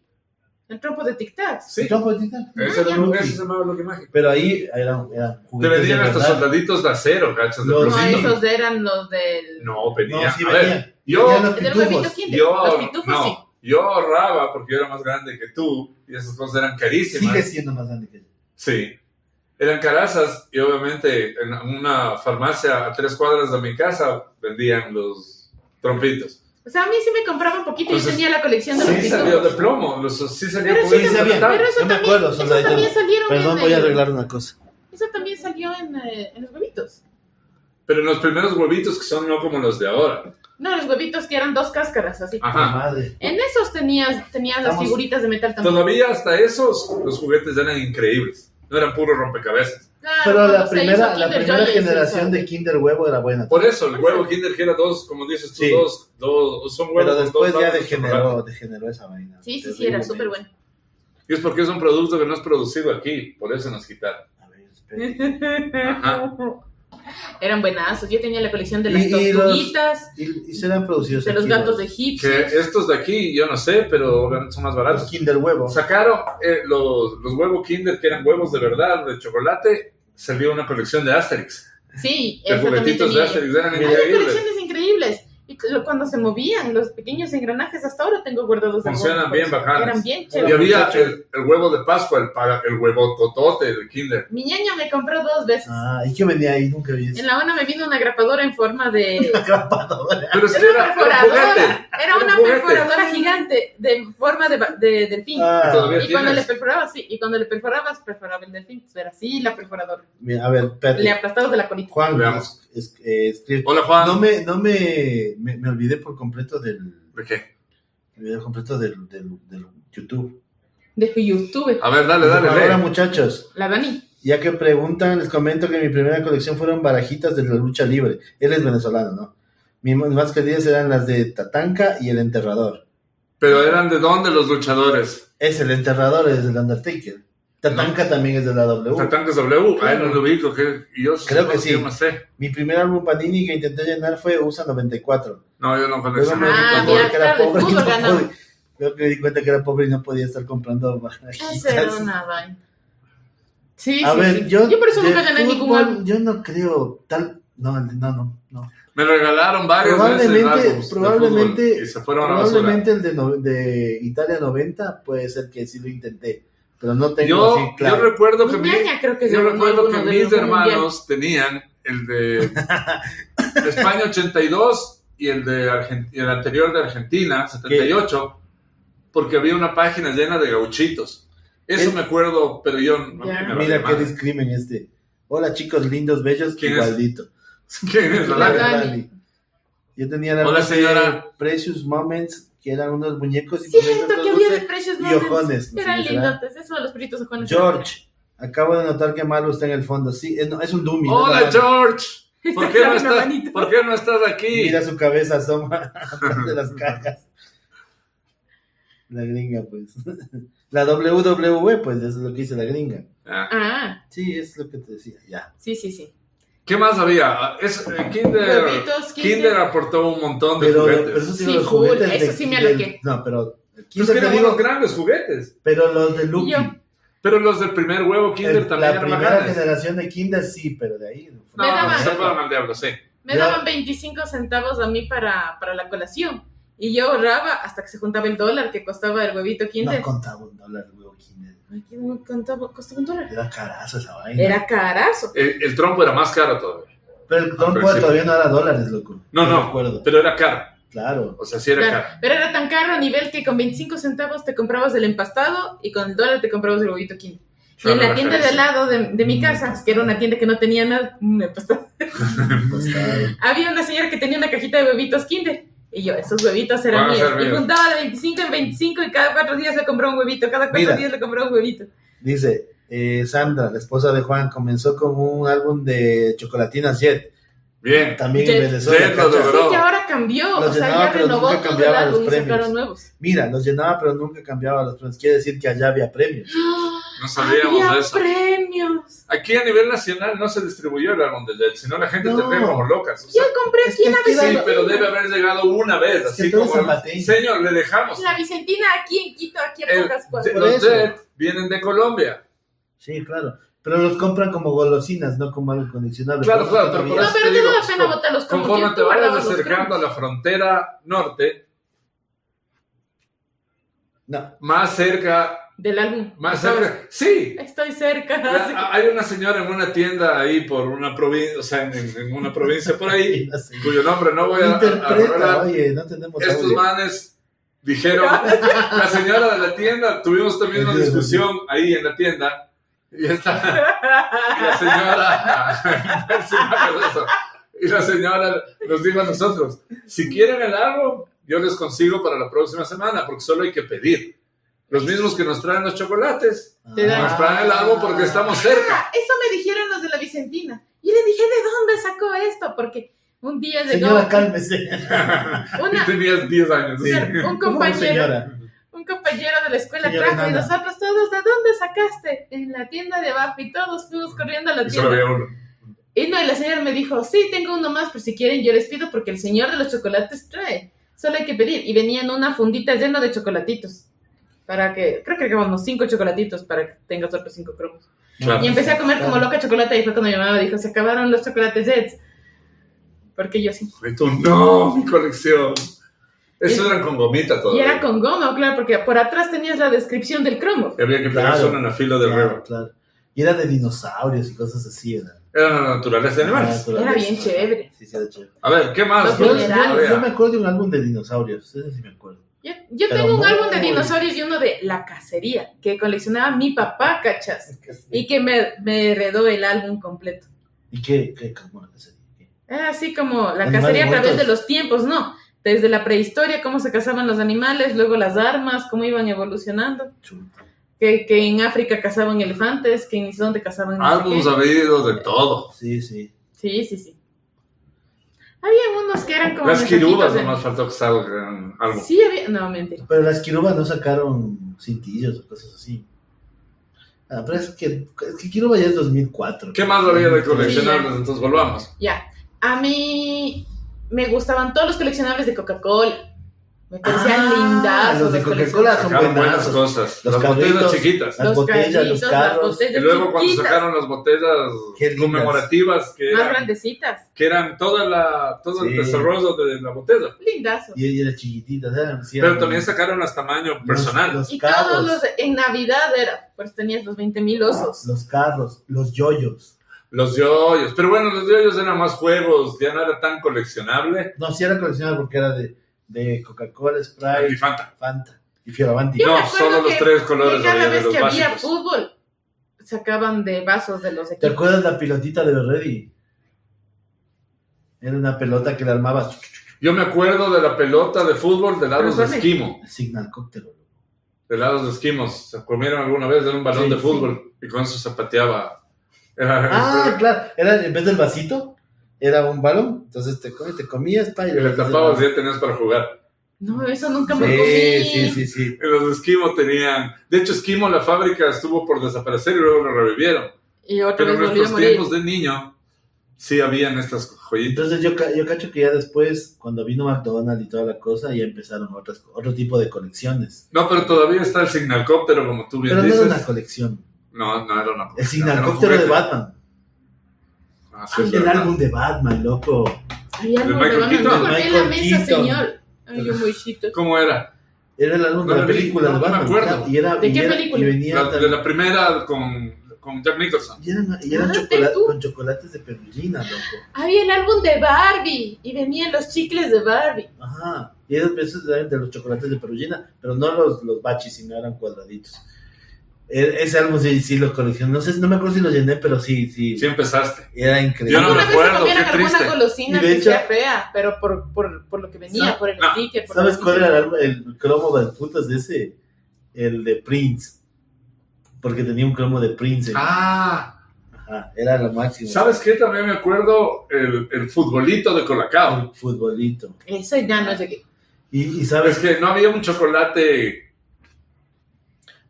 El trompo de Tic Tacs.
Sí,
¿El trompo de Tic Tac?
ese era
Ah,
lo-
ya.
ese se llamaba Lucky Magic.
Pero ahí eran, eran
Te
juguetes.
vendían
de
hasta
verdad.
soldaditos de acero, gachas de
No,
No,
plomo.
esos eran los del.
No,
No,
venía.
sí
a ver,
venían.
yo-
Venían los
el del huevito
pitufos.
kinder. los
Yo,
pitufos sí.
no, yo ahorraba porque yo era más grande que tú y esas cosas eran carísimas.
Sigue siendo más grande que yo.
Sí. Eran carazas y obviamente en una farmacia a tres cuadras de mi casa vendían los trompitos.
O sea, a mí sí me compraba un poquito. Yo
Pues
Entonces,
tenía la colección de los
Sí salió
pitufos.
de plomo, los, sí salió
Pero
con
sí
un
también-
instrumental.
Pero eso
Yo me
también,
acuerdo,
eso
soldadito.
también salieron
Perdón,
en
voy a
el-
arreglar una cosa.
Eso también salió en, eh, en los huevitos.
Pero en los primeros huevitos que son no como los de ahora.
No, los huevitos que eran dos cáscaras, así.
La
Ajá.
madre.
En esos tenías, tenías las
Ah. Estamos-
figuritas de metal también.
Todavía hasta esos, los juguetes eran increíbles. No eran puros rompecabezas.
Claro,
Pero
cuando
la
se hizo
primera, la
Kinder
primera
Joy, se
generación
hizo.
de Kinder Huevo era buena.
Por eso, el huevo Kinder que era dos, como dices tú,
Sí.
dos, dos, son huevos
Pero
con
después
dos
ya
lados de chocolate.
degeneró, degeneró esa vaina. ¿eh?
Sí, sí, sí, era súper bueno.
Y es porque es un producto que no es producido aquí, por eso nos quitaron.
A ver, espérate.
Ajá.
*laughs* Eran buenazos. Yo tenía la colección de las
Y- y los-
tortuguitas,
Y, y serán producidos
de los
aquí
gatos de
los-
Que
Egipto.
estos de aquí, yo no sé, pero obviamente son más
los
baratos.
Kinder Huevo.
Sacaron eh, los, los huevos Kinder, que eran huevos de verdad, de chocolate, salió una colección de Asterix.
Sí,
De
esa también
juguetitos de
tenía.
Asterix, eran
Mira.
Hay
increíbles.
colecciones increíbles. Y lo- cuando se movían los pequeños engranajes, hasta ahora tengo guardados. de
Funcionan
nuevo.
bien bacanas.
Eran bien
Y
chéveres.
había el, el huevo de Pascua, el, para- el huevo totote de
*laughs*
Kinder.
Mi ñaña me compró dos veces.
Ah, ¿y qué venía ahí? Nunca vi eso. Ah,
En la una me vino una grapadora en forma
*laughs*
de...
Acapadora.
Pero es
Era
que
una
era era un juguete.
perforadora. Era
un
una
juguete.
perforadora gigante de forma de, ba- de delfín.
Ah,
Todavía-
Y cuando le
tienes.
perforabas, sí, y cuando le perforabas, perforaba el delfín. Entonces Era así la perforadora.
mira, a ver, espérate.
Le aplastabas de la colita.
Juan,
Veamos.
es- eh, escribe.
Hola, Juan.
No me, no me, me, me olvidé por completo del,
¿De qué?
me olvidé completo del, del, del YouTube.
De YouTube.
A ver, dale, dale,
Ahora,
dale.
muchachos,
La Dani.
Ya que preguntan, les comento que mi primera colección fueron barajitas de la lucha libre. Él es venezolano, ¿no? Mis más queridas eran las de Tatanka y el Enterrador.
Pero eran de dónde los luchadores?
Es el Enterrador, es el Undertaker. Tatanka también es de la W.
Tatanques W. A él
Claro.
no lo ubico. Que yo
Uh. Creo que sí.
Yo no sé.
Mi primer álbum Panini que intenté llenar fue USA 94.
No, yo no
Luego me di
conexiono.
Ah,
cuenta
mira,
que era
claro, el
pobre y
fútbol
no
ganó.
podía- Luego me di cuenta que era pobre y no podía estar comprando
Esa Ah, era
barajitas.
una vaina. Sí,
A
sí,
ver,
sí.
yo,
por eso
de
nunca gané ningún
fútbol,
álbum.
Yo no creo tal. No, no, no. no.
Me regalaron varios
Probablemente-
veces álbumes de
probablemente-
fútbol y se fueron a la basura.
Probablemente el de, no- de Italia 90 puede ser que sí lo intenté, pero no tengo
Yo,
así claro.
yo recuerdo que,
Mi
mi-
ñaña creo que se
yo
ganó
recuerdo que
Pues alguno de
mis
los mundial.
hermanos tenían el de
*laughs*
España 82 y el, de Argen- y el anterior de Argentina 78, porque había una página llena de gauchitos. Eso
Es-
me acuerdo, pero yo a mí
Ya.
me
Mira
vale
qué
madre.
discrimen este. Hola chicos lindos, bellos,
¿Quién es?
igualdito.
*laughs* ¿Quién es la
La
larga?
Dani.
Dani. Yo tenía la
Hola,
de
señora.
Precious Moments, que eran unos muñecos y muñecos
Siento que había de
dulces.
precios
y
más grandes.
ojones, no sé
Eran
qué será.
lindotes. Eso de los peritos ojones.
George, acabo de notar que Malo está en el fondo. Sí, es, no, es un dummy. no
Hola
la-
George, ¿por qué, no
Una
estás,
manito.
¿por qué no estás aquí?
Mira su cabeza asoma *laughs* atrás de
*laughs*
las cajas. La gringa, pues. *laughs* La WWE, pues, eso es lo que dice la gringa.
Ah.
Ah,
Sí, es lo que te decía. Ya.
sí, sí, sí.
¿Qué más había? Es, eh, Kinder,
Huevitos,
Kinder.
Kinder.
aportó un montón de
Pero, pero
juguetes.
eso
Sí,
los
full,
juguetes
eso
de-
sí me
del-
aloqué.
No, pero. el
Pues
Kinder
que
te
eran
digo,
unos grandes juguetes.
pero los de Lucky.
Yo.
Pero los del primer huevo Kinder
el-
también
la
eran
primera
bacanes.
generación de Kinder sí, pero de ahí. no fue
No,
Me
nada.
daban-
se fueron al diablo, sí.
Me
Ya.
daban 25 centavos a mí para, para la colación. Y yo ahorraba hasta que se juntaba el dólar que costaba el huevito
No
Kinder.
contaba un dólar, huevo Kinder.
Ay, ¿qué me contaba? Costaba un dólar.
Era carazo esa vaina.
Era carazo.
El, el trompo era más caro todavía.
Pero el Don
Al
Juan
principio.
todavía no era dólares, loco.
Ah, No, no.
recuerdo.
Pero era caro. *laughs*
Claro.
O sea, sí era
Claro,
caro.
Pero era tan caro a nivel que con 25 centavos te comprabas el empastado y con el dólar te comprabas el huevito Kinder. Y
No, Mm.
en
no
la
era
tienda de al
carísimo.
lado de, de mi casa, que era una tienda que no tenía nada, un empastado, *laughs*
Costaba.
había una señora que tenía una cajita de huevitos Kinder. Y yo, esos huevitos eran
Van a
míos.
ser
Y
Ah, míos.
juntaba de 25 en 25 y cada cuatro días le compraba un huevito. Cada cuatro
Mira.
días le compraba un huevito.
Dice, eh, Sandra, la esposa de Juan, comenzó con un álbum de chocolatinas Jet,
Bien.
también
Jet.
en Venezuela.
Jet lo
¿cachas?
logró.
Sí, que ahora cambió,
Los
o sea,
llenaba,
ya
pero
renovó
nunca
todo el
cambiaba los
álbum y
premios.
sacaron nuevos. *gasps*
Mira, los llenaba, pero nunca cambiaba los premios. Quiere decir que allá había premios.
No sabíamos
Había
de eso.
premios.
Aquí a nivel nacional no se distribuyó el álbum de Jet, sino la gente
No.
tendría como locas. O
Yo
sea,
compré
Es
aquí
que
en la
aquí
sí,
iba-
Vicentina.
pero debe haber llegado una vez.
Es que
Así
todo es
como.
zapateño.
Señor, le dejamos.
En la Vicentina, aquí en Quito, aquí
El-
en Pocas
de-
Cuadras.
Por
los
eso.
Jet vienen de Colombia.
Sí, claro. Pero los compran como golosinas, no como algo condicionado.
Claro, claro, pero por
No,
eso
pero
te
te
digo,
da la pena
con-
botarlos como
Conforme
que
te
tú guardabas
vayas
los
acercando a
grandes.
la frontera norte,
No,
más cerca,
Del álbum.
más
Estabas-
cerca. Sí,
Estoy cerca.
La-
así.
hay una señora en una tienda ahí por una provincia, o sea, en, en una provincia por ahí,
*laughs* no sé.
cuyo nombre no voy a, a- a
Interpreta,
revelar.
Pues, oye, no tenemos
Estos
audio.
manes
*laughs*
dijeron, la señora de la tienda, tuvimos también una discusión ahí en la tienda,
*laughs*
*laughs* y esta, y la señora, la señora de eso, Y la señora nos dijo a nosotros, si quieren el álbum, yo les consigo para la próxima semana, porque solo hay que pedir. Los mismos que nos traen los chocolates,
Ah,
Te dan.
nos traen el álbum porque estamos cerca. *laughs*
Ah, eso me dijeron los de la Vicentina. Y le dije, ¿de dónde sacó esto? Porque un día llegó
Señora, *laughs* cálmese.
Y
una,
tenías 10 años.
Sí.
un
¿Cómo,
compañero
señora?
un compañero de la escuela
Señora
trajo y
Nana.
nosotros todos, ¿de dónde sacaste? En la tienda de abajo y todos fuimos corriendo a la
Y solo
tienda.
había uno.
Y no, y la señora me dijo, sí, tengo uno más, pero si quieren yo les pido porque el señor de los chocolates trae. Solo hay que pedir. Y venían una fundita llena de chocolatitos. Para que, creo que llevamos cinco chocolatitos para que tengas otros cinco cromos.
Claro.
Y empecé a comer como loca chocolate y fue cuando mi mamá me dijo, se acabaron los chocolates Jets. Porque yo sí.
Y tú, no, mi colección. Esos eran con gomita
Y
todavía.
era con goma, claro, porque por atrás tenías la descripción del cromo.
Y Había que pegarse
Claro.
una en la fila del
Claro,
reo.
claro. Y era de dinosaurios y cosas así, ¿verdad?
Era la naturaleza de animales.
Era bien chévere.
Sí, sí, era chévere.
A ver, ¿qué
Los
más?
Yo,
Pues,
minerales,
yo- yo me
había-
acuerdo de un álbum de dinosaurios, ese sí me acuerdo.
Yo, yo
Pero
tengo un
muy-
álbum de dinosaurios y uno de La Cacería, que coleccionaba mi papá, cachas, y que me, me heredó el álbum completo.
¿Y qué? qué cómo era ese?
Era así como La
Animales
Cacería a través
muertos.
de los tiempos, ¿no? Desde la prehistoria, cómo se cazaban los animales, luego las armas, cómo iban evolucionando,
Chuta.
que, que en África cazaban elefantes, que en Islanda cazaban... no sé
Álbumes
qué.
habido de todo.
Sí, sí.
Sí, sí, sí. Había unos que eran como...
Las
mensajitos
quirubas
de-
nomás faltó que salgan álbum.
Sí, había... No, mentira.
Pero las Kirubas no sacaron cintillos o cosas así. Ah, pero es que, es que Kiruba ya es 2004.
¿Qué más había de
colección?
coleccionables? Entonces volvamos.
Ya. A mí me gustaban todos los coleccionables de Coca-Cola. Me parecían
Ah,
lindazos
los de Coca-Cola
coleccionables.
Son
Sacaron buenas
buenazos.
cosas.
Los
Las botellas
carritos.
chiquitas.
Las botellas, los
carritos,
carros.
Las botellas
Y luego cuando
chiquitas,
sacaron las botellas
Qué lindas.
conmemorativas que
Más
eran,
grandecitas.
que eran toda la, todo el
Sí.
desarrollo de la botella.
Lindazos.
Y ella era chiquitita, eran, sí,
Pero
eran-
también sacaron las tamaño
los-
personal.
Los,
Y
carros.
todos los... En Navidad era. Pues tenías los 20 mil osos.
Los carros, los yoyos.
Los yoyos. Pero bueno, los yoyos eran más juegos, ya no era tan coleccionable.
No, sí era coleccionable porque era de, de Coca-Cola,
Y
Sprite,
Fanta.
Fanta y Fioravanti.
Yo me
No,
acuerdo
solo los
que-
tres
Y
colores
cada
había de
vez
los
que había
básicos.
fútbol, sacaban de vasos de los
¿Te
equipos.
acuerdas la pilotita de Berredi? Era una pelota que la armabas
Yo me acuerdo de la pelota de fútbol de lados de
Pero, Jorge,
esquimo.
Signal Cóctel. boludo.
de lados de esquimos. ¿Se comieron alguna vez de un balón
Sí,
de
sí.
fútbol? Y con eso zapateaba. Era
Ah, claro. Era en vez del vasito, era un balón. Entonces te, comías, te comías, pa, y
*laughs* y le tapabas y ya tenías para jugar.
No, eso nunca me comí.
Sí, sí, sí, sí.
Y los esquimos tenían. De hecho, esquimo la fábrica estuvo por desaparecer y luego lo revivieron.
Y otra
Pero en
vez volví a
nuestros
morir.
tiempos de niño sí habían estas joyitas.
Entonces yo, ca- yo cacho que ya después, cuando vino McDonald's y toda la cosa, ya empezaron otras, otro tipo de colecciones.
No, pero todavía está el signalcóptero, como tú bien
Pero no era
dices.
una colección.
No, no era una
El
colección, era un
signalcóptero de
juguete.
Batman.
Ah, sí, es
el
verdad.
álbum de Batman, loco.
Había
¿De
algo
Michael
rebanado.
Keaton?
No, porque en la
Michael
mesa,
Keaton.
señor. Ay, yo mochito.
¿Cómo era?
Era el álbum
No
de
lo
la
vi,
película
no,
de
no me
Batman.
acuerdo.
y era-
¿De
y
qué
era-
película?
Y venía
La, de
también-
la primera con, con Jack Nicholson.
Y eran, y eran
Ah,
chocola-
¿tú?
con chocolates de perugina, loco.
Había el álbum de Barbie y venían los chicles de Barbie.
Ajá. Y eran esos eran de los chocolates de perugina, pero no los, los bachis, sino eran cuadraditos. E- ese álbum sí, sí lo coleccioné. No sé, no me acuerdo si lo llené, pero sí, sí.
Sí empezaste.
Era increíble.
Yo no me
Una vez
acuerdo,
se comieron
qué
alguna
triste.
golosina
Y de
que
hecho-
sea fea, pero por, por, por lo que venía,
¿Sabes-
por el
no,
sticker. por
¿Sabes
lo
cuál
que-
era el, álbum- el cromo de putas de ese? El de Prince. Porque tenía un cromo de Prince.
Ah,
Ajá, era lo máximo.
¿Sabes qué? También me acuerdo el, el futbolito de Colacao.
El futbolito.
Eso ya no llegué.
Y, y
Es
sabes
que no había un chocolate.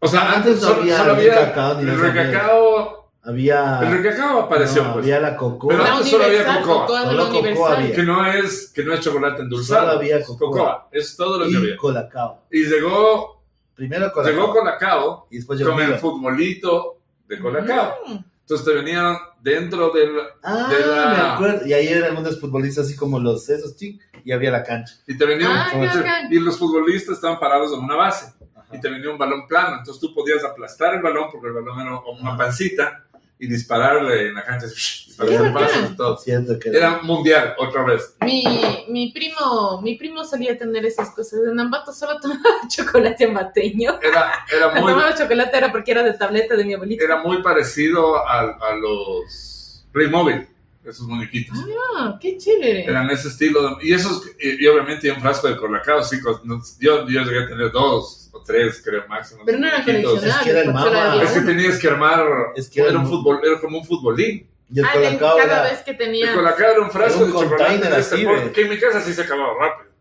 O sea, antes
no
solo
había
solo
ni
había
cacao, ni
el
nada.
recacao.
había. Ah,
El recacao apareció,
no,
pues.
había la cocoa.
Pero
la
antes solo había
universal,
cocoa.
con todas de
Solo
la
cocoa
universal.
había.
Que no es, que no es chocolate endulzado.
Solo había
es
cocoa.
Es todo lo que
y
había.
Colacao.
Y llegó,
Primero Colacao.
llegó Colacao
y después llegó
con el
Milo.
futbolito de Colacao.
Mm.
Entonces te venían dentro del.
Ah,
de la-
me acuerdo. Y ahí eran algunos futbolistas así como los esos, tic, y había la cancha.
Y te venía un-
Ah, qué bacán.
Y los futbolistas estaban parados en una base.
Ajá.
y te venía un balón plano. Entonces tú podías aplastar el balón porque el balón era una pancita y dispararle en la cancha. Y para
Qué
hacer
bacán.
pasos y todo.
Cierto que
Era mundial, otra vez.
Mi, mi primo mi primo solía tener esas cosas. En Ambato solo *laughs* tomaba chocolate ambateño.
Era, era,
Cuando
Ah, muy,
tomaba chocolate era porque era de tableta de mi abuelita.
era muy parecido a, a los Playmobil. esos muñequitos.
Ah, qué chévere.
Eran ese estilo. de- y esos, y, y obviamente un frasco de colacao, sí, con- no- yo, yo llegué a tener dos o tres, creo, máximo.
Pero no eran
muñequitos.
Es que
coleccionables.
era el
porque solo
mama.
había
Es que
uno.
tenías que armar,
Es que
era,
era
un
un-
fútbol, era como un futbolín.
Y el
Ah, de-
colacao
cada
era-
vez que tenía.
El colacao era un frasco
Era
de
un
chocolate
container
de este
así,
porte,
ve.
que en mi casa sí se acababa rápido,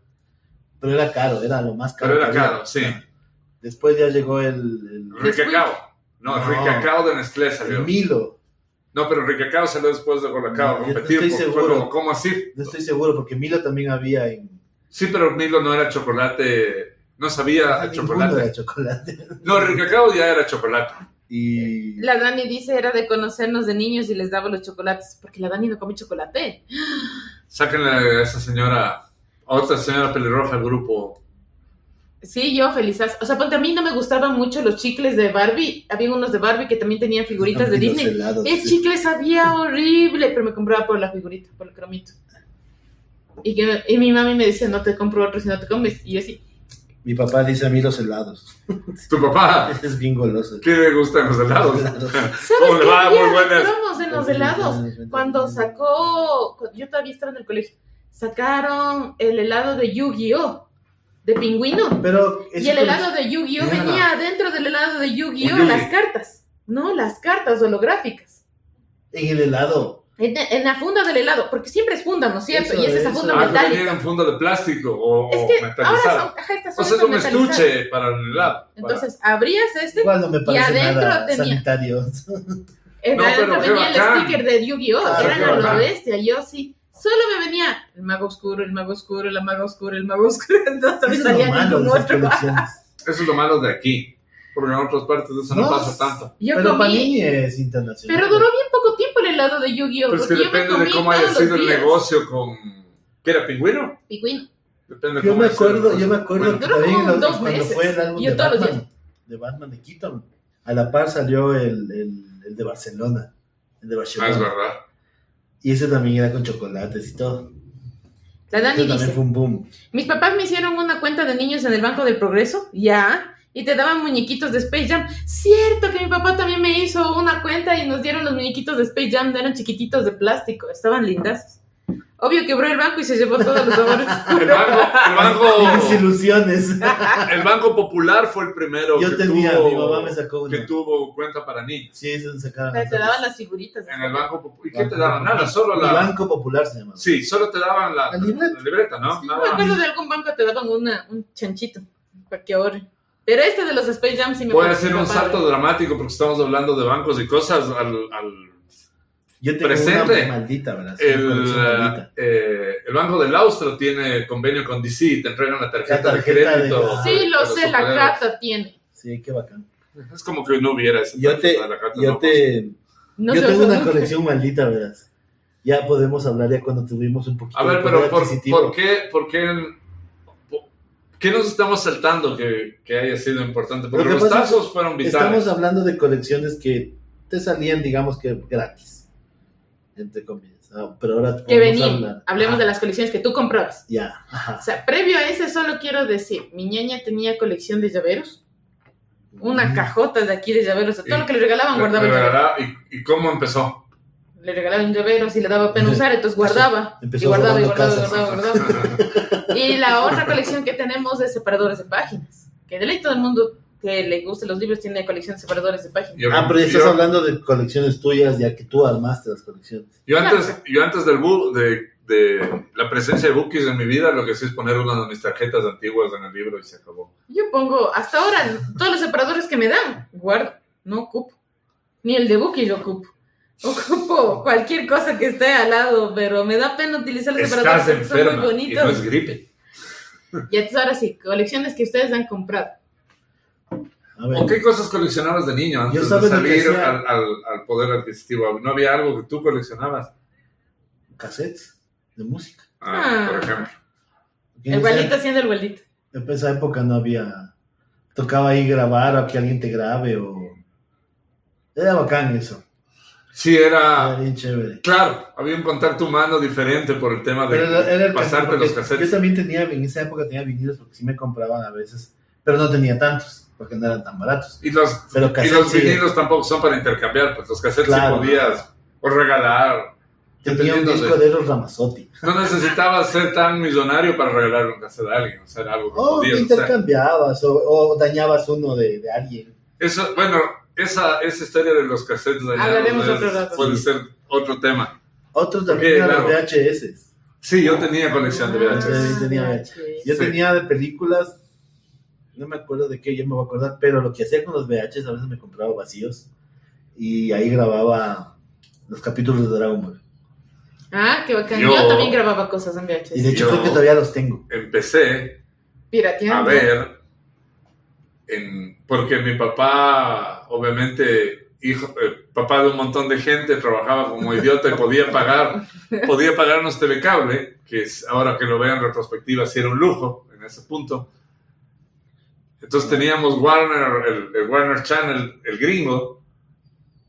Pero era caro, era lo más caro.
pero era
que había.
caro, sí.
Después ya llegó el, el-
Ricacao. No,
No.
Ricacao de Nestlé
el
salió.
Milo.
No, pero Ricacao salió después de
No,
Colacao,
yo
competir,
estoy
porque fue
seguro.
como, ¿cómo así?
No estoy seguro, porque Milo también había en.
Sí, pero Milo no era chocolate, no sabía a
en ninguno
Ah, chocolate.
era chocolate.
No, Ricacao ya era chocolate.
Y.
La Dani dice era de conocernos de niños y les daba los chocolates, porque la Dani no come chocolate.
Sáquenle a esa señora, a otra señora pelirroja al grupo.
Sí, yo felizaz. O sea, ponte a mí no me gustaban mucho los chicles de Barbie. Había unos de Barbie que también tenían figuritas de
y los
Disney.
helados,
El
sí.
chicle sabía horrible, pero me compraba por la figurita, por el cromito. Y, que, y mi mami me decía, no te compro otro si no te comes. Y yo sí,
Mi papá dice a mí los helados.
Tu papá,
Es bien goloso.
¿qué le gustan los helados? Ah,
¿sabes
¿Cómo le
qué
va?
había
Muy
de
buenas.
promos en
*laughs*
los helados? Cuando sacó, yo todavía estaba en el colegio, sacaron el helado de Yu-Gi-Oh! de pingüino.
Pero
Y el helado de Yu-Gi-Oh!
Mierda.
venía adentro del helado de Yu-Gi-Oh!
Un
las
Yu-Gi.
cartas. No, las cartas holográficas.
En el helado.
En, en la funda del helado, porque siempre es funda, ¿no es cierto?
Eso
y es esa
es.
funda
Ah, pero
metálica.
venían en fondo de plástico o,
Es
o
que ahora
metalizado.
son, ajá, estas
o sea,
son
es
estas
un
metalizadas.
estuche para el helado. para-
Entonces, abrías este,
Igual no me parece
adentro
nada
tenía- *laughs*
sanitario.
eh,
No,
adentro
pero qué
venía el
bacán.
sticker de Yu-Gi-Oh!
Claro,
Eran
qué
a lo
bacán.
bestia, yo sí. Solo me venía el mago oscuro, el mago oscuro, la maga oscura, el mago oscuro. *laughs* Entonces
Eso es
también
lo
salía
malo de
ningún
esas
otro.
colecciones.
Eso es lo malo de aquí, porque en otras partes de eso no,
No,
pasa tanto.
*laughs* Yo
Pero
comí,
Panini es internacional.
pero duró bien poco tiempo el helado de Yu-Gi-Oh!
Pero es que
porque yo me
depende de
comí
cómo haya
todos los
sido el
días.
negocio con... ¿Qué era, pingüino?
Pingüino.
Depende de
Yo
cómo
me
haya sido el
acuerdo,
negocio
yo me
con
acuerdo
pingüino.
que
Duró
también
como
en los-
dos
cuando
meses,
fue el álbum
y yo
de
todos los
Batman, de Batman de Keaton, a la par salió el, el, el de Barcelona, el de
Ah, es
Barcelona.
verdad.
y ese también era con chocolates y todo.
La Dani
Ese también
dice,
fue un boom.
mis papás me hicieron una cuenta de niños en el Banco del Progreso, ya, y te daban muñequitos de Space Jam. Cierto que mi papá también me hizo una cuenta y nos dieron los muñequitos de Space Jam, eran chiquititos de plástico, estaban lindas. Obvio quebró el banco y se llevó todos los ahorros.
*laughs* El banco,
*laughs*
el
Mis
banco, *laughs*
ilusiones.
el banco Popular fue el primero que
Yo tenía,
tuvo,
mi mamá me sacó
que
una.
tuvo cuenta para niños.
Sí, eso me sacaron.
Te daban las figuritas.
En el Banco Popular. ¿Y qué
Banco
te daban?
Popular.
Nada, solo
El
la...
Banco Popular se llamaba.
Sí, solo te daban la,
La libreta.
la libreta, ¿no?
No
Nada
me
más.
acuerdo de algún banco te daban una, un chanchito para que ahorre. Pero este de los Space Jam sí me
Voy a
parece
hacer un
papá.
salto dramático porque estamos hablando de bancos y cosas al, al
Yo tengo
Presente.
una maldita, ¿verdad? Sí, una
El, ah,
colección maldita.
eh, el Banco del Austro tiene convenio con DC y te entregan la tarjeta,
La tarjeta
de
de-
crédito.
Ah,
Sí, lo
para los
sé, la
superhéroes.
cata tiene.
Sí, qué bacán.
Es como que no hubiera esa
Yo te,
tarjeta de la carta,
yo
¿no?
te,
No
yo
se
tengo
usa
una
nunca.
colección maldita, ¿verdad? Ya podemos hablar ya cuando tuvimos un poquito
A ver,
de
pero
poder
¿por,
adquisitivo.
por qué, por qué, el- por- qué nos estamos saltando que, que haya sido importante? Porque
Lo que
los
pasa es que
tazos fueron vitales.
Estamos hablando de colecciones que te salían, digamos que gratis, entre comillas. Ah, pero ahora
Que
podemos
venía.
hablar.
Hablemos
Ajá,
de las colecciones que tú comprabas.
Ya, ajá.
O sea, previo a ese solo quiero decir, mi ñaña tenía colección de llaveros, una
Mm.
cajota de aquí de llaveros, o sea, todo
Y
lo que le regalaban
Le-
guardaba
le
el llavero.
regalaba- ¿y, y cómo empezó?
Le regalaban llaveros y le daba pena
Ujú.
usar, entonces guardaba.
empezó
y guardaba, y
robando
guardaba, y
casas.
guardaba, guardaba. Y la otra colección que tenemos es separadores de páginas. Que de ley todo el mundo que le guste los libros tiene colección de separadores de
*laughs*
páginas.
Yo,
Ah, pero ya estás
yo-
hablando de colecciones tuyas, ya que tú armaste las colecciones.
yo antes, yo antes del bu- de, de la presencia de bookies en mi vida, lo que hice es poner una de mis tarjetas antiguas en el libro y se acabó.
Yo pongo, hasta ahora, todos los separadores que me dan, guardo, no ocupo. Ni el de Buki yo ocupo. Ocupo cualquier cosa que esté al lado, pero me da pena utilizar los separadores
Estás
porque son
enferma
muy
y no es
bonitos.
gripe.
Y entonces ahora sí, colecciones que ustedes han comprado.
A ver,
¿O qué cosas coleccionabas de niño antes
Yo
de
sabes lo que
salir
hacía.
al, al- al poder adquisitivo? ¿No había algo que tú coleccionabas?
cassettes de música.
Ah,
Ah.
Por ejemplo.
Porque en
El
esa-
gualdito haciendo el gualdito.
En esa época no había. Tocaba ahí grabar o que alguien te grabe o. Era bacán eso.
Sí,
Era
era...
bien chévere.
Claro, había un contacto humano diferente por el tema de
Pero era, era el
pasarte
porque
los
Yo
cassettes.
también tenía, en esa época tenía vinilos porque sí me compraban a veces, pero no tenía tantos porque no eran tan baratos.
Y los,
Pero
y
cassettes.
los
sí.
vinilos tampoco son para intercambiar, pues los cassettes
Claro.
sí podías o regalar
Tenía un
Dependiendo
disco
de-
de Eros Ramazzotti.
No necesitabas ser tan millonario para regalarle un cassette a alguien, o sea, era algo que
O
podías
Oh,
hacer.
intercambiabas, o, o dañabas uno de, de alguien.
Eso, bueno, esa, esa historia de los cassettes dañados
Hablaremos
es-
otro rato.
puede ser otro tema.
Otros
Ok,
también eran
claro.
los VHS.
Sí, yo tenía colección de VHS.
Ah, sí, tenía Yo
Sí.
tenía de películas, no me acuerdo de qué, ya me voy a acordar, pero lo que hacía con los VHS a veces me compraba vacíos y ahí grababa los capítulos de Dragon Ball.
Ah, qué bacán. Yo,
Yo-
también grababa cosas en
Y
VHS.
de hecho
Yo-
creo que todavía los tengo.
Empecé a
Pirateando.
ver, en, porque mi papá, obviamente, hijo, eh, papá de un montón de gente, trabajaba como idiota y podía pagar, podía pagarnos telecable, que es, ahora que lo veo en retrospectiva, sí era un lujo en ese punto. Entonces teníamos Warner, el, el Warner Channel, el gringo,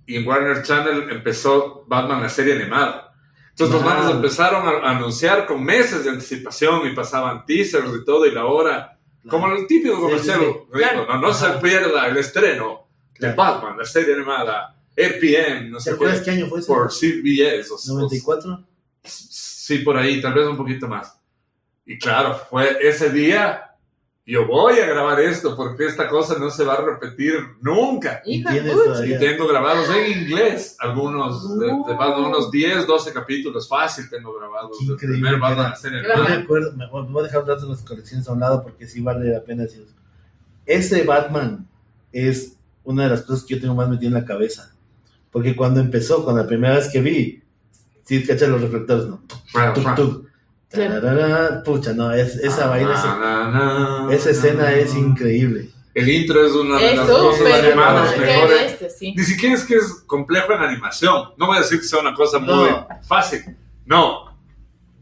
y en Warner Channel empezó Batman la serie animada. Entonces los
Wow.
manos empezaron a- a anunciar con meses de anticipación y pasaban teasers y todo, y la hora como el típico
Sí, sí,
comercial,
sí.
gringo,
Claro.
no, no se
Ajá.
pierda el estreno de
Claro.
Batman, la serie animada, RPM, no
¿Te
sé
acuerdas
qué,
qué año fue ese?
por CBS. o- o-
¿94?
sí, por ahí, tal vez un poquito más. Y claro, fue ese día, yo voy a grabar esto porque esta cosa no se va a repetir nunca.
Hija,
¿Entiendes
uy,
Y
todavía?
tengo grabados en inglés algunos, de, de Batman,
Oh.
unos 10, 12 capítulos, fácil tengo grabados.
Uh. Qué increíble
del primer
que
Batman,
era.
la serie
Qué
Yo me
animada.
acuerdo, me voy me voy a dejar un rato las colecciones a un lado porque sí vale la pena decirlo. Ese Batman es una de las cosas que yo tengo más metida en la cabeza. Porque cuando empezó, cuando la primera vez que vi, sí, cachar los reflectores, ¿no? Tuc, tuc.
Claro.
Tararara. Pucha, no, es, esa vaina, esa-
Na,
esa
na,
escena
na,
es
na.
increíble.
El intro es una de
Es
las cosas
súper
animadas
bacán.
bacana
mejores.
este, sí.
Ni siquiera es que es complejo en animación. No voy a decir que sea una cosa muy
No.
fácil. No.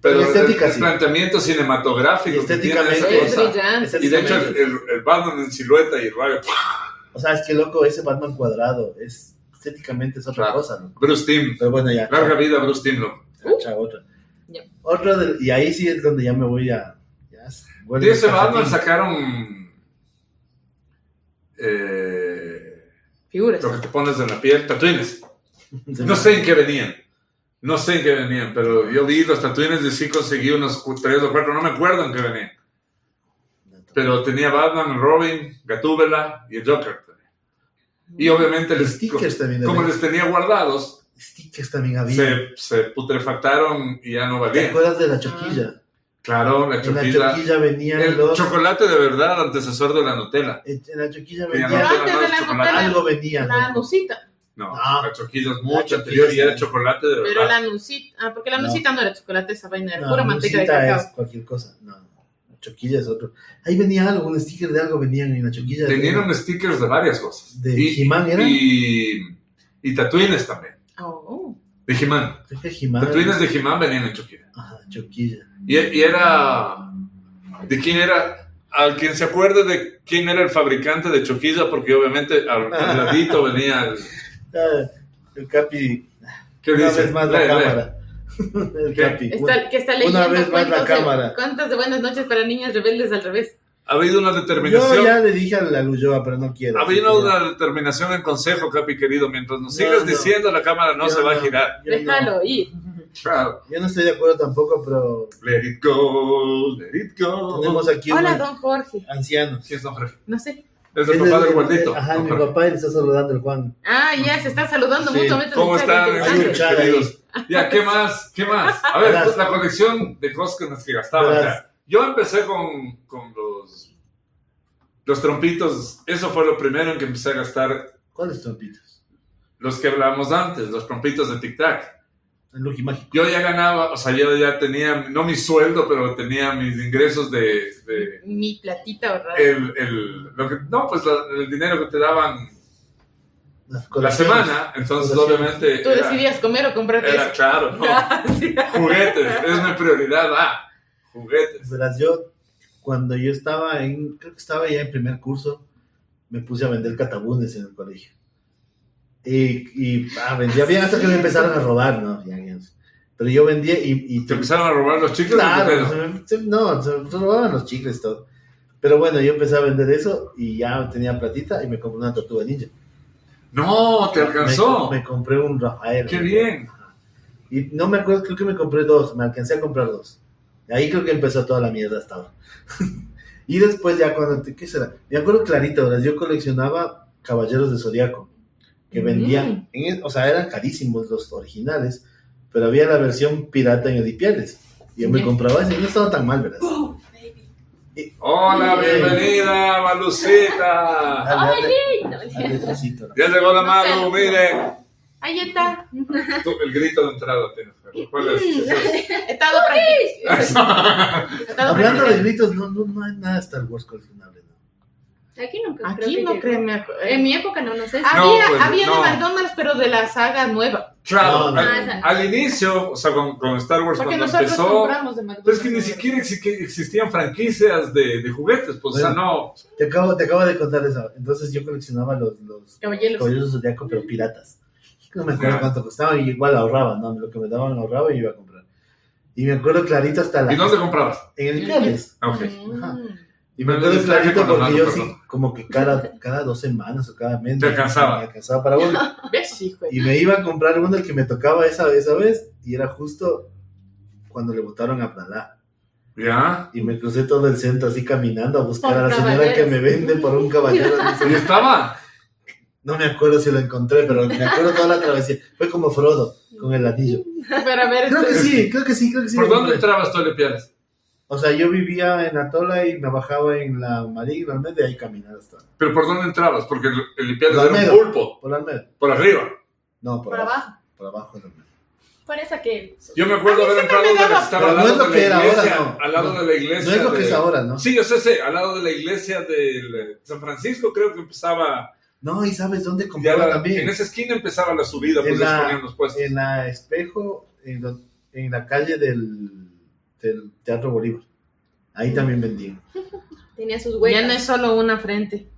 Pero
La estética,
el, el
sí.
planteamiento cinematográfico que tiene esa
Estéticamente.
Es
cosa.
brillante.
Y de hecho, el, el- el Batman en silueta y el rayo.
O sea, es que loco, ese Batman cuadrado es estéticamente es otra
Claro.
cosa, ¿no?
Bruce Timm.
Pero bueno, ya.
Larga vida, Bruce Timm. loco.
chao, chao, otra.
Uh. Ya.
Otro del- y ahí sí es donde ya me voy a. Ya, vuelvo
De ese
al calcetín.
Batman sacaron. eh,
Figuras.
lo que te pones en la piel, tatuines.
Se
No
me-
sé en qué venían. No sé en qué venían, pero yo vi los tatuines y sí conseguí unos cu- tres o cuatro, no me acuerdo en qué venían. Pero tenía Batman, Robin, Gatúbela y el Joker. tenía. Y obviamente
Y
les,
stickers también.
como
había.
les tenía guardados,
Stickers también había.
se, se putrefactaron y ya no
¿Te
valían.
acuerdas de
Ah.
la choquilla?
Claro, la
en la
choquilla.
choquilla venían
El
los.
chocolate de verdad, antecesor de la Nutella.
En en la choquilla
Que ya
Pero
venían.
no
antes de la
chocolate.
Nutella-
Algo venía.
La
¿no?
nusita.
No,
No.
la choquilla es
Ah. La
mucho
choquilla
anterior y era
sí.
chocolate de
Pero
verdad.
la nusita. Ah, porque la
No.
nusita no era chocolate, esa vaina era
No,
pura manteca de
Nusita
cacao.
es cualquier cosa. No, no, choquilla es otro. Ahí venía algo, un sticker de algo venían en la choquilla.
Tenían stickers de varias cosas.
¿De
Y-
He-Man era?
Y, y tatuines también.
Oh.
De He-Man.
Creo que He-Man.
Tatuines de He-Man venían en Choquilla.
Ajá, choquilla.
Y, y era. ¿De quién era? Al quien se acuerde de quién era el fabricante de Choquilla, porque obviamente al, al ladito venía.
*laughs*
El,
Ah, El Capi,
¿Qué
una
dice?
vez más la
Lee, lee.
cámara. *laughs* El
¿Qué?
Capi.
Está, que está
Una
leyendo
vez más la
cuentos de-
cámara.
cuentos de buenas noches para niñas rebeldes al revés.
Ha habido una
Yo
determinación.
ya le dije a la Ulloa, pero no quiero.
Ha
así que
habido
ya-
una determinación en consejo, Capi querido. Mientras nos
No,
sigas
no.
diciendo, la cámara no
yo
se va a
no,
girar.
yo no.
Déjalo ir.
Chao.
Yo no estoy de acuerdo tampoco, pero
Let it go, let it go.
tenemos aquí
Hola,
unos
don Jorge.
ancianos.
¿Quién es don Jorge?
No sé.
Es el
Él
papá
es-
del guardito.
Ajá,
Don
mi
Jorge.
papá y le está saludando el Juan.
Ah, ya, se están saludando
Sí.
mutuamente.
¿Cómo
muchas
están,
gracias.
Hay un chat ahí.
queridos? Ya, ¿qué más? ¿Qué más? A ver,
Verás.
pues, la colección de cosas que nos que gastaban.
Verás.
ya. Yo empecé con, con los, los trompitos. Eso fue lo primero en que empecé a gastar
¿Cuáles trompitos?
los que hablábamos antes, los trompitos de Tic Tac.
El Lucky Mágico.
Yo ya ganaba, o sea, yo ya tenía, no mi sueldo, pero tenía mis ingresos de... de
Mi platita ahorrada.
el, el- lo que, no, pues la- el dinero que te daban
Las
la
colecciones.
semana, entonces
Colaciones.
obviamente
Tú
era,
decidías comer o comprarte
era
eso.
claro,
*laughs*
¿no?
Sí.
Juguetes, es mi prioridad A. Juguetes.
Verás, yo cuando yo estaba en, creo que estaba ya en primer curso, me puse a vender catabunes en el colegio. Y, y ah, vendía bien hasta que me empezaron a robar, ¿no? Ya, ya. Pero yo vendía y... y
¿Te empezaron a robar los chicles?
claro,
¿no?
se me- se- no, se, se robaban los chicles y todo. Pero bueno, yo empecé a vender eso y ya tenía platita y me compré una tortuga ninja.
No, te alcanzó.
Me, me compré un Rafael.
¡Qué bien!
Y no me acuerdo, creo que me compré dos, me alcancé a comprar dos. Ahí creo que empezó toda la mierda hasta ahora. y después ya cuando, ¿qué será? Me acuerdo clarito, ¿verdad? yo coleccionaba Caballeros de Zodíaco, que
Mm.
vendían, en el- o sea, eran carísimos los originales, pero había la versión pirata en Edipiales. Y yo me
Ya.
compraba ese, y no estaba tan mal, ¿verdad?
Hola,
Sí.
bienvenida, Malucita.
Dale, dale,
¡Ay, no,
dale,
mentira.
trocito.
Ya llegó la
No
Malu,
sé.
miren.
Ahí está.
Tú, el grito de entrada tienes. ¿Cuál
*laughs*
es? Ese
He estado
es-
practicando. He estado
Hablando de
practicando.
gritos, no, no, no hay nada de Star Wars coleccionable, ¿no?
Aquí nunca creo
Aquí
que
no
llegó.
creo, me acuerdo.
En mi época no, no sé.
Ah,
Había,
pues,
había
no.
de McDonald's, pero de la saga nueva.
Claro,
No,
Ah,
no,
al,
no.
al inicio, o sea, con, con Star Wars
Porque
Pues cuando
nosotros
empezó,
compramos de McDonald's.
pues que ni siquiera exi- que existían franquicias de, de juguetes, pues, o sea, no.
Te acabo, te acabo de contar eso. Entonces yo coleccionaba los, los
Caballeros.
caballeros zodiaco, pero piratas. No me acuerdo
Ya.
cuánto costaban y igual ahorraba, ¿no? Lo que me daban ahorraba y iba a comprar. Y me acuerdo clarito hasta la.
¿Y dónde comprabas?
En el Icales.
Ah, Ok.
Ajá.
Mm.
Y me
Pero
acuerdo
les traje
clarito
cuando
porque
hablando,
yo sí,
perdón.
como que cada, cada dos semanas o cada mes.
Te
me-
alcanzaba.
Me alcanzaba para uno.
¿Ves, hijo?
Y me iba a comprar uno el que me tocaba esa, esa vez. Y era justo cuando le votaron a Abdalá.
¿Ya?
Y me crucé todo el centro así caminando a buscar
Por
a la señora
caballeros.
que me vende por un caballero.
*laughs*
¿Y estaba?
No me acuerdo si lo encontré, pero me acuerdo toda la travesía. Fue como Frodo con el anillo.
Pero a ver,
Creo que
entonces,
sí, creo que sí, creo que sí.
¿Por
lo
dónde
encontré.
entrabas tú a Lepiales?
O sea, yo vivía en Atola y me bajaba en la Marín, la Almeda, y ahí caminaba hasta
¿Pero por dónde entrabas? Porque el, el Lepiales
Por
era un
Almedo.
pulpo,
por la Almeda.
por arriba.
No, por,
por
abajo.
abajo.
Por abajo de la Almeda.
Por eso que.
Yo me acuerdo
A mí
haber
siempre
entrado
me
de la
daba-
que estaba al
Pero no
lado
es lo
de
que
la
era
iglesia.
ahora, no.
Al lado de la iglesia.
No es lo que
de-
es ahora, ¿no?
Sí, yo sé, sé, al lado de la iglesia de San Francisco creo que empezaba,
No, y ¿sabes dónde
ya
compraba
la- en
también?
esa esquina empezaba la subida,
En
pues
la-
les ponían los puestos.
En la Espejo, en, los- en la calle del, del Teatro Bolívar. Ahí también vendía.
Tenía sus huecas.
Ya no es solo una frente.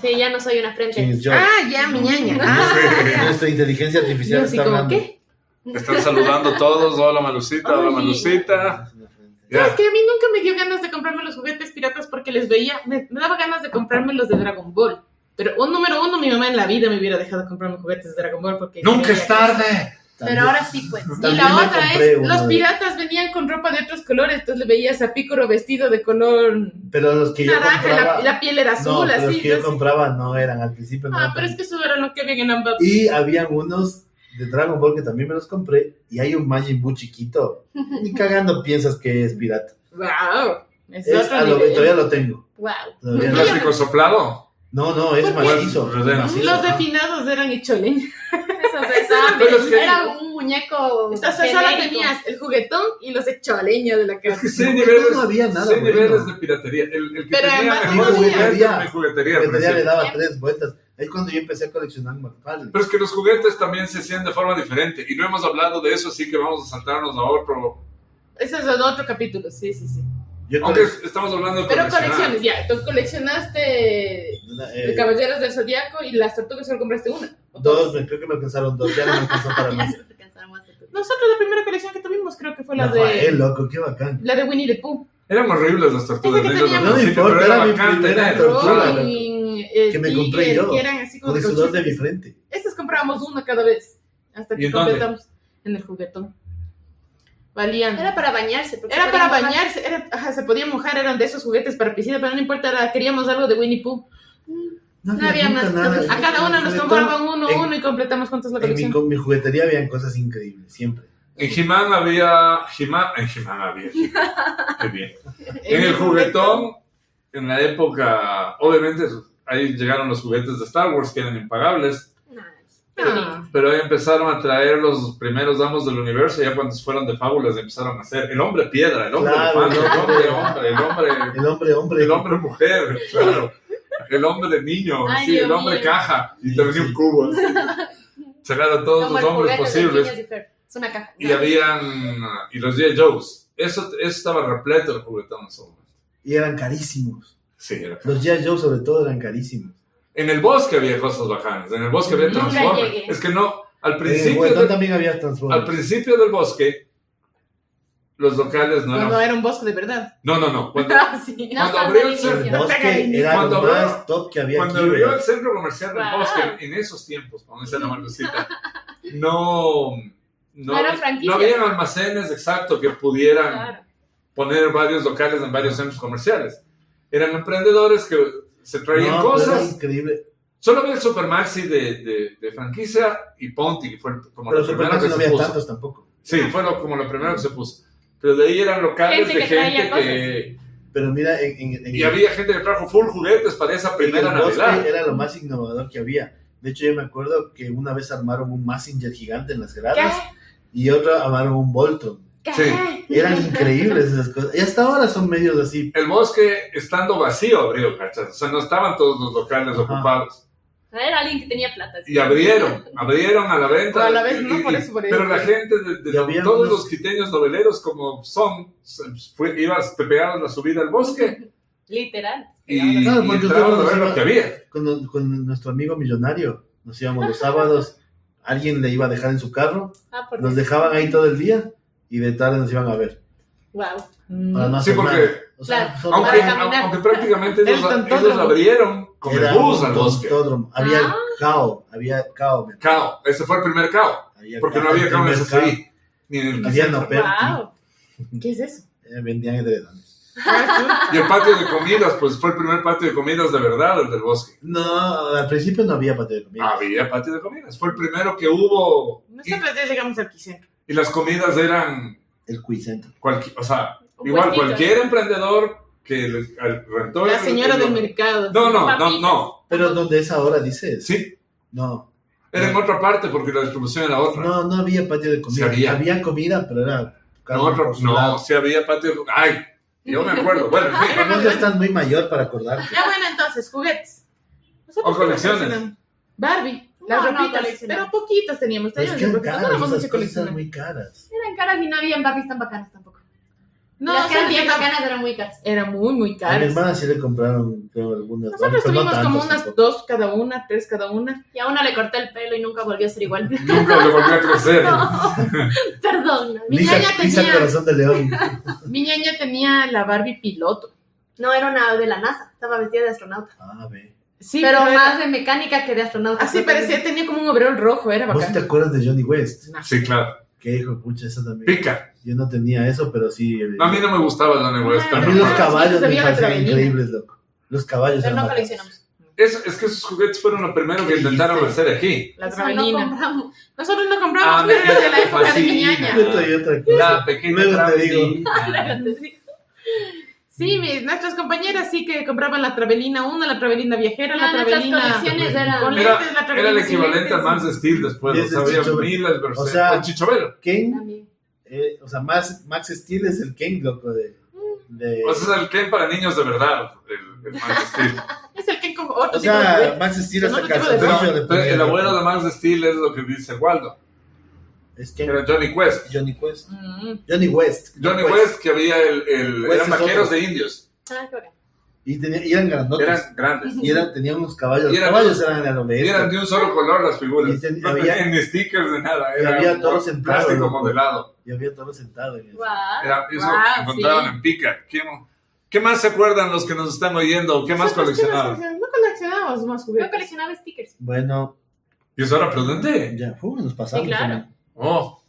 Sí, ya no soy una frente.
James Joyce.
Ah, ya, mi ñaña. Ah,
Nuestra inteligencia artificial
yo así
está
como,
hablando.
¿qué?
Están saludando todos, hola Malucita, hola
Ay.
Malucita. Ya.
Es que a mí nunca me dio ganas de comprarme los juguetes piratas porque les veía, me, me daba ganas de comprarme los de Dragon Ball. Pero un número uno, mi mamá en la vida me hubiera dejado comprarme juguetes de Dragon Ball porque...
Nunca es tarde.
Pero ahora sí, pues.
Y
También
la
me
otra
compré
es,
uno
los
de-
piratas venían con ropa de otros colores, entonces le veías a Pícoro vestido de color
Pero los que yo
naranja, la-
compraba.
la, piel era
no,
azul,
pero
así.
los que yo
entonces-
compraba no eran al principio. no
ah,
eran
pero es
tan-
que eso era lo que había en Amba.
Y habían unos de Dragon Ball que también me los compré. Y hay un Majin Buu chiquito.
*laughs*
Ni cagando piensas que es pirata.
¡Wow! Es,
Es
otro
a lo-
nivel.
todavía lo tengo.
Wow.
todavía
¿El
lo-
clásico soplado?
No, no, es
¿Por
qué?
macizo.
Los
macizo,
Los
ajá.
definados eran *laughs* Icholén.
Eso,
*laughs*
eso,
Pero es que-
era un muñeco.
Entonces solo
genérico.
tenías el juguetón y los echoleños de la
Es
casa. *laughs*
que sí hay
No,
niveles,
no había nada
sí hay
bueno.
niveles de piratería. El, el que
Pero
tenía
además
mejores
no había.
juguetes de juguetería.
Porque ya le
recién.
daba tres vueltas. Ahí es cuando yo empecé a coleccionar McFarlane.
Pero es que los juguetes también se hacían de forma diferente y no hemos hablado de eso, así que vamos a saltarnos a otro.
Ese es otro capítulo, sí, sí, sí.
Yo
Aunque
cole-
es- estamos hablando de
Pero
coleccionar.
colecciones, ya. Tú coleccionaste
eh,
Caballeros del Zodíaco y las tortugas solo compraste una. ¿o
dos,
todas?
me, creo que me alcanzaron dos. Ya no me alcanzó para
*laughs*
Ya
más.
se te cansaron más de tu-
Nosotros la primera colección que tuvimos creo que fue la
Rafael,
de
eh, loco, qué bacán.
la de Winnie the Pooh.
Eran horribles las tortugas
Es que
ninjas al
teníamos-
No me
principio,
importa,
pero
era mi
bacán
primera
tener.
tortuga.
Claro.
Robin, el
Que me compré
Tigre,
yo.
que eran así como
Con
de
el sudor de
cauchito.
mi frente.
Estas comprábamos una cada vez hasta
¿Y
que
en dónde?
completamos en el juguetón. Valían.
Era para bañarse. porque
Era
se
para
podía mojar.
bañarse, era- ajá, se podía mojar, eran de esos juguetes para piscina, pero no importa, era- queríamos algo de Winnie Pooh.
No
No había
nunca
más.
nada.
A cada una nos
Sobre todo,
compraban uno,
en-
uno y completamos juntos la
En mi,
colección.
con mi juguetería habían cosas increíbles, siempre.
En He-Man había. He-Man- en He-Man había.
*laughs*
Qué bien. En el juguetón, en la época. Obviamente, ahí llegaron los juguetes de Star Wars que eran impagables.
Ay, qué lindo.
Ah,
Pero ahí empezaron a traer los primeros amos del universo. Ya cuando fueron de fábulas, empezaron a hacer el hombre piedra, el hombre
Claro,
elefante,
el
el hombre
hombre-
hombre, el hombre
El hombre, hombre.
El hombre mujer, claro. El hombre niño,
Ay,
sí, el
Dios
hombre
mío.
caja. Y
Sí,
tenía
sí.
un
*laughs*
cubo. así. Sacaron todos
Como
los
el
hombres
juguete de
posibles.
Phineas y Ferb. Es una caja.
Y habían. Y los G.I. Joes. Eso, eso estaba repleto el juguetón en su momento.
Y eran carísimos.
Sí, era.
Los G.I. Joe, sobre todo, eran carísimos.
En el bosque había cosas bajanas. En el bosque había
Nunca
Transformers.
llegué.
Es que no. Al
En el
principio,
juguetón
del-
también había
al
Transformers.
principio del bosque, los locales no
Cuando
eran.
era un bosque de verdad. *laughs* Ah,
No, no, no. Cuando,
Sí.
No,
cuando
está
abrió el
buenísimo.
centro.
El bosque
Cuando
era lo
abrió-
más top que había
Cuando
aquí.
abrió el
¿verdad?
centro comercial del
Wow.
bosque en esos tiempos, cuando dice la Malucita, no, no,
No eran
no
franquicias.
habían almacenes exacto que pudieran
Claro.
poner varios locales en varios centros comerciales. Eran emprendedores que se traían
No, pues pero
cosas.
era increíble.
Solo ve el Supermaxi de, de, de franquicia y Ponti, que fue como
Pero
lo primero
Supermaxi
que
no
se
había
puso.
tantos tampoco.
Sí, fue lo- como lo primero que se puso. Pero de ahí eran locales
Gente
de
que traía
gente que...
Pero mira, en, en, en-
Y había gente que trajo full juguetes para esa
en el
primera
bosque
Navidad.
era lo más innovador que había. De hecho, yo me acuerdo que una vez armaron un Massinger gigante en las gradas y otra armaron un Bolton.
¿Qué?
Sí.
Eran increíbles esas cosas. Y hasta ahora son medios así.
El bosque, estando vacío, abrió, ¿cachas? O sea, no estaban todos los locales
Ajá.
ocupados.
Era alguien que tenía plata. sí.
Y abrieron, abrieron a la venta.
A la vez,
Y-
no,
y-
por eso, por
Pero
eso.
la gente, de, de-
Y había
todos
unos-
los quiteños noveleros como son, se- fue- ibas, te pegabas la subida al bosque
Literal.
y, y
Claro, porque
entrabas a
ustedes
ver
no
lo que había.
Con, con nuestro amigo millonario, nos íbamos los sábados. Alguien le iba a dejar en su carro,
Ah, por
nos dejaban ahí todo el día y de tarde nos iban a ver.
Wow.
Para no
Sí,
hacer
porque-
nada. O sea,
Claro,
solo-
Aunque,
para caminar.
aunque prácticamente ellos,
El tontódromo.
ellos abrieron con
era
el bus
un
al bosque.
autódromo. Había
Ah.
cao, había cao. me-
Cao, ese fue el primer cao,
había
porque
cao,
no había cao en el
primer cao.
CCI, ni en el
Había no eh,
Wow.
¿Qué es eso?
vendían edredones.
Y el patio de comidas, pues fue el primer patio de comidas de verdad, el del bosque.
No, al principio no había patio de comida.
Había patio de comidas, fue el primero que hubo. Y,
Nosotros ya llegamos al Quicentro.
y las comidas eran,
El cuicentro.
cualqui- o sea, Igual
Puestitos.
cualquier emprendedor que le- al- rentó
¿eh? La
el-
señora
el-
del mercado.
No, no, no,
Papitas.
no.
Pero donde es ahora, dices.
Sí,
No,
era en otra parte porque la distribución era otra. No,
no, no había patio de comida.
Sí había.
comida, pero era.
no, otro- no,
Ah,
sí había patio. Ay, yo me
*laughs*
acuerdo. Bueno, en fin.
Además, ya estás muy mayor para acordarte.
Ya bueno, entonces, juguetes. Nosotros
O colecciones.
coleccionamos. Barbie, las
No, no
ropitas,
coleccionamos.
pero poquitas teníamos.
Pero es
teníamos
que eran
no
Pues caras, esas
teníamos mucho
cosas eran
coleccionar.
muy caras.
Eran caras y no habían Barbies tan bacanas tampoco.
No,
Las que eran
o sea,
bien
era-
bacanas eran muy caras.
Era muy, muy
A mi
caro.
hermana sí le compraron, creo, algunas. pero
Nosotros
Pues no
tuvimos como
tantas
unas
tampoco.
dos cada una, tres cada una.
Y a uno le corté el pelo y nunca volvió a ser igual. *laughs*
Nunca le volvió a crecer.
Perdón.
Mi
Lisa,
ñaña
Lisa
tenía-
corazón de
*laughs*
león.
Mi ñaña tenía la Barbie piloto.
No, era una de la NASA. Estaba vestida de astronauta.
Ah, ve.
Sí,
pero
era-
más de mecánica que de astronauta.
Así parecía, tenía como un overol rojo, era
¿Vos te
bacán.
acuerdas de Johnny West?
Sí, claro.
Que hijo, pucha, esa también.
Pica.
Yo no tenía eso, pero sí. el-
No, a mí no me gustaba Johnny West.
A
pero
mí
no.
los
Ah, sí,
caballos me
sabía la
parecían
travelina.
increíbles, loco. Los caballos
Pero
eran
no
bacanos.
coleccionamos.
Es, es que esos juguetes fueron lo primero que intentaron hacer aquí.
La
Eso
travelina.
No *laughs* compramos.
Nosotros no compramos,
Ah,
pero
me-
era de la
me
época de mi
fascina.
ñaña.
Yo traía otra cosa.
La pequeña
Luego Pues, te digo.
travelina.
Sí, mis, nuestras compañeras sí que compraban la travelina 1, la travelina viajera, la
No, Ah, nuestras
travelina...
colecciones eran.
Con
Era-
lentes,
*laughs*
la
Era
travelina
el
sin
equivalente
lentes.
a Man's Steel después.
Y
O
ese
sea, había
Chichabelo.
miles
O
versiones.
sea-
O Chichabelo.
Ken,
También.
eh, o sea, Max, Max Steel es el Ken, loco, de... de-
O sea, es el Ken para niños de verdad. El,
*laughs*
el Man's Steel.
Es el que con otro
o
tipo de
sea,
juguete.
Max Steel
Yo
hasta
no tengo de
Pero,
calzoncillo le
pero
ponía,
el
loco.
abuelo de Max Steel es lo que dice Waldo,
Es
que
Ken,
era Johnny Quest.
Johnny Quest.
Mm.
Johnny West.
Johnny West, que había el, el-
West
eran
es
vaqueros
otro.
de indios,
Ah, qué bacán.
Y, tenía, y eran grandotes.
eran grandes.
y eran, tenían unos caballos.
Y
Los
eran-
caballos eran eran
Y eran de un solo color las figuras.
Este. Y ten-
no
había-
tenían ni stickers de nada.
y
Era
había
un
todos en
plástico
plano, ¿no?
modelado.
Y había todo sentado en eso.
Guau.
Era- eso
Wow,
lo encontraban
sí.
en pica. ¿Qué, qué más se acuerdan los que nos están oyendo? ¿Qué más
Nosotros, ¿qué
coleccionaban?
No coleccionábamos más
Yo
juguetes.
coleccionaba stickers.
Bueno,
Y eso ahora pregunté.
ya, uh, nos pasamos.
Sí, claro.
también.
Oh,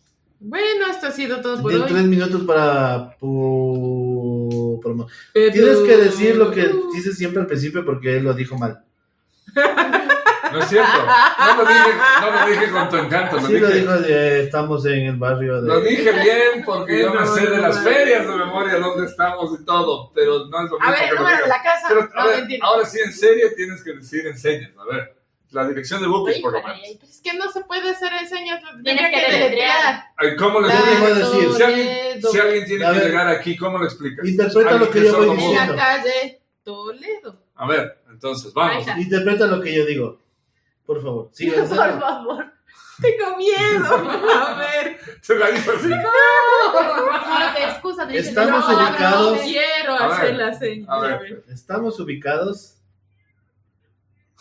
Bueno, esto ha sido todo por
Tienen
hoy.
tres minutos para... pu- promo-
Pero-
Tienes que decir lo que dices siempre al principio porque él lo dijo mal.
no es cierto. No lo dije, no lo dije con tu encanto. Lo
Sí lo
dije,
dijo de, estamos en el barrio de...
Lo dije bien porque yo me
No,
sé de
no,
las
no.
ferias de memoria dónde estamos y todo, pero no es lo mismo
A
que
ver,
lo
número de
digas.
la casa.
Pero, a
*laughs* no,
ver,
mentira.
ahora sí, en serio, tienes que decir enseñas. A ver, la dirección de Bookies, por lo
Híjole,
menos.
Es que no se puede hacer enseñas.
Tienes
tendría
que deletrear.
Ay, ¿Cómo lo
Claro.
explicas?
decir.
Si alguien, si
Toledo.
alguien tiene
A
que
ver.
llegar aquí, ¿cómo lo explicas?
Interpreta
Alguien
lo que
es
yo voy
sordo
diciendo.
En la
mudo.
calle Toledo.
A ver, entonces,
Ahí
vamos.
está.
Interpreta lo que yo digo. Por favor. Sí,
Por
en serio.
favor.
*laughs*
Tengo miedo. A ver.
Se la hizo así.
*laughs* No, te excusas. te dicen,
Estamos
no, no,
ubicados-
No quiero
A ver,
hacer la señal.
A ver,
Estamos ubicados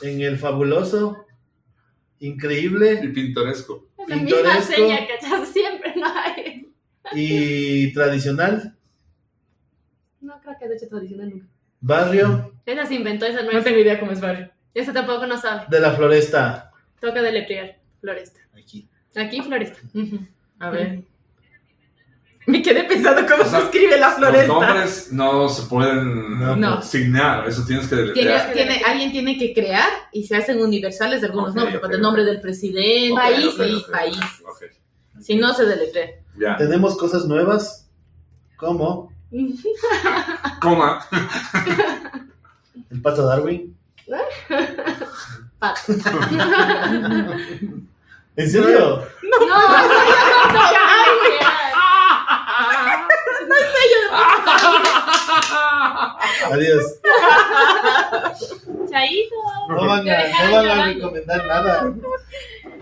en el fabuloso,
y
increíble
pintoresco.
Es la misma
Pintoresco.
seña, ¿cachas? *laughs* Siempre no hay.
y tradicional
No creo que haya hecho tradicional nunca.
barrio
Esa se inventó, esa no
No
es.
tengo idea cómo es barrio.
Esa tampoco no sabe.
de la floresta.
Toca deletrear. Floresta.
Aquí.
Aquí floresta.
A ver. Me quedé pensando cómo
O sea,
se escribe la
Los
floresta.
nombres no se pueden
No. pues.
no. asignar, eso tienes que
Tiene-
deletrear.
tiene- alguien tiene que crear y se hacen universales de algunos
Ok,
nombres,
ok,
para el
ok.
nombre del presidente,
Ok,
país
ok,
y
ok, ok,
país.
ok.
Si no, se deletrea.
Ya.
Tenemos cosas nuevas, como
Coma.
el pato Darwin.
Pato.
*laughs* ¿En serio?
No,
*laughs*
no, no, no, no, no.
Adiós.
Chaito.
No van a, no van a recomendar nada.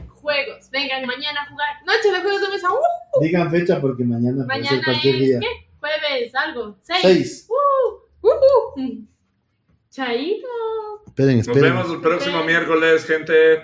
Juegos. Vengan mañana a jugar.
Noche de juegos de mesa. ¡uh!
Digan fecha porque mañana puede ser
Mañana
cualquier
es,
día.
¿qué? Jueves, algo. Seis.
Seis.
Uh, uh, uh. Chaito.
Esperen,
Nos vemos el próximo miércoles, gente.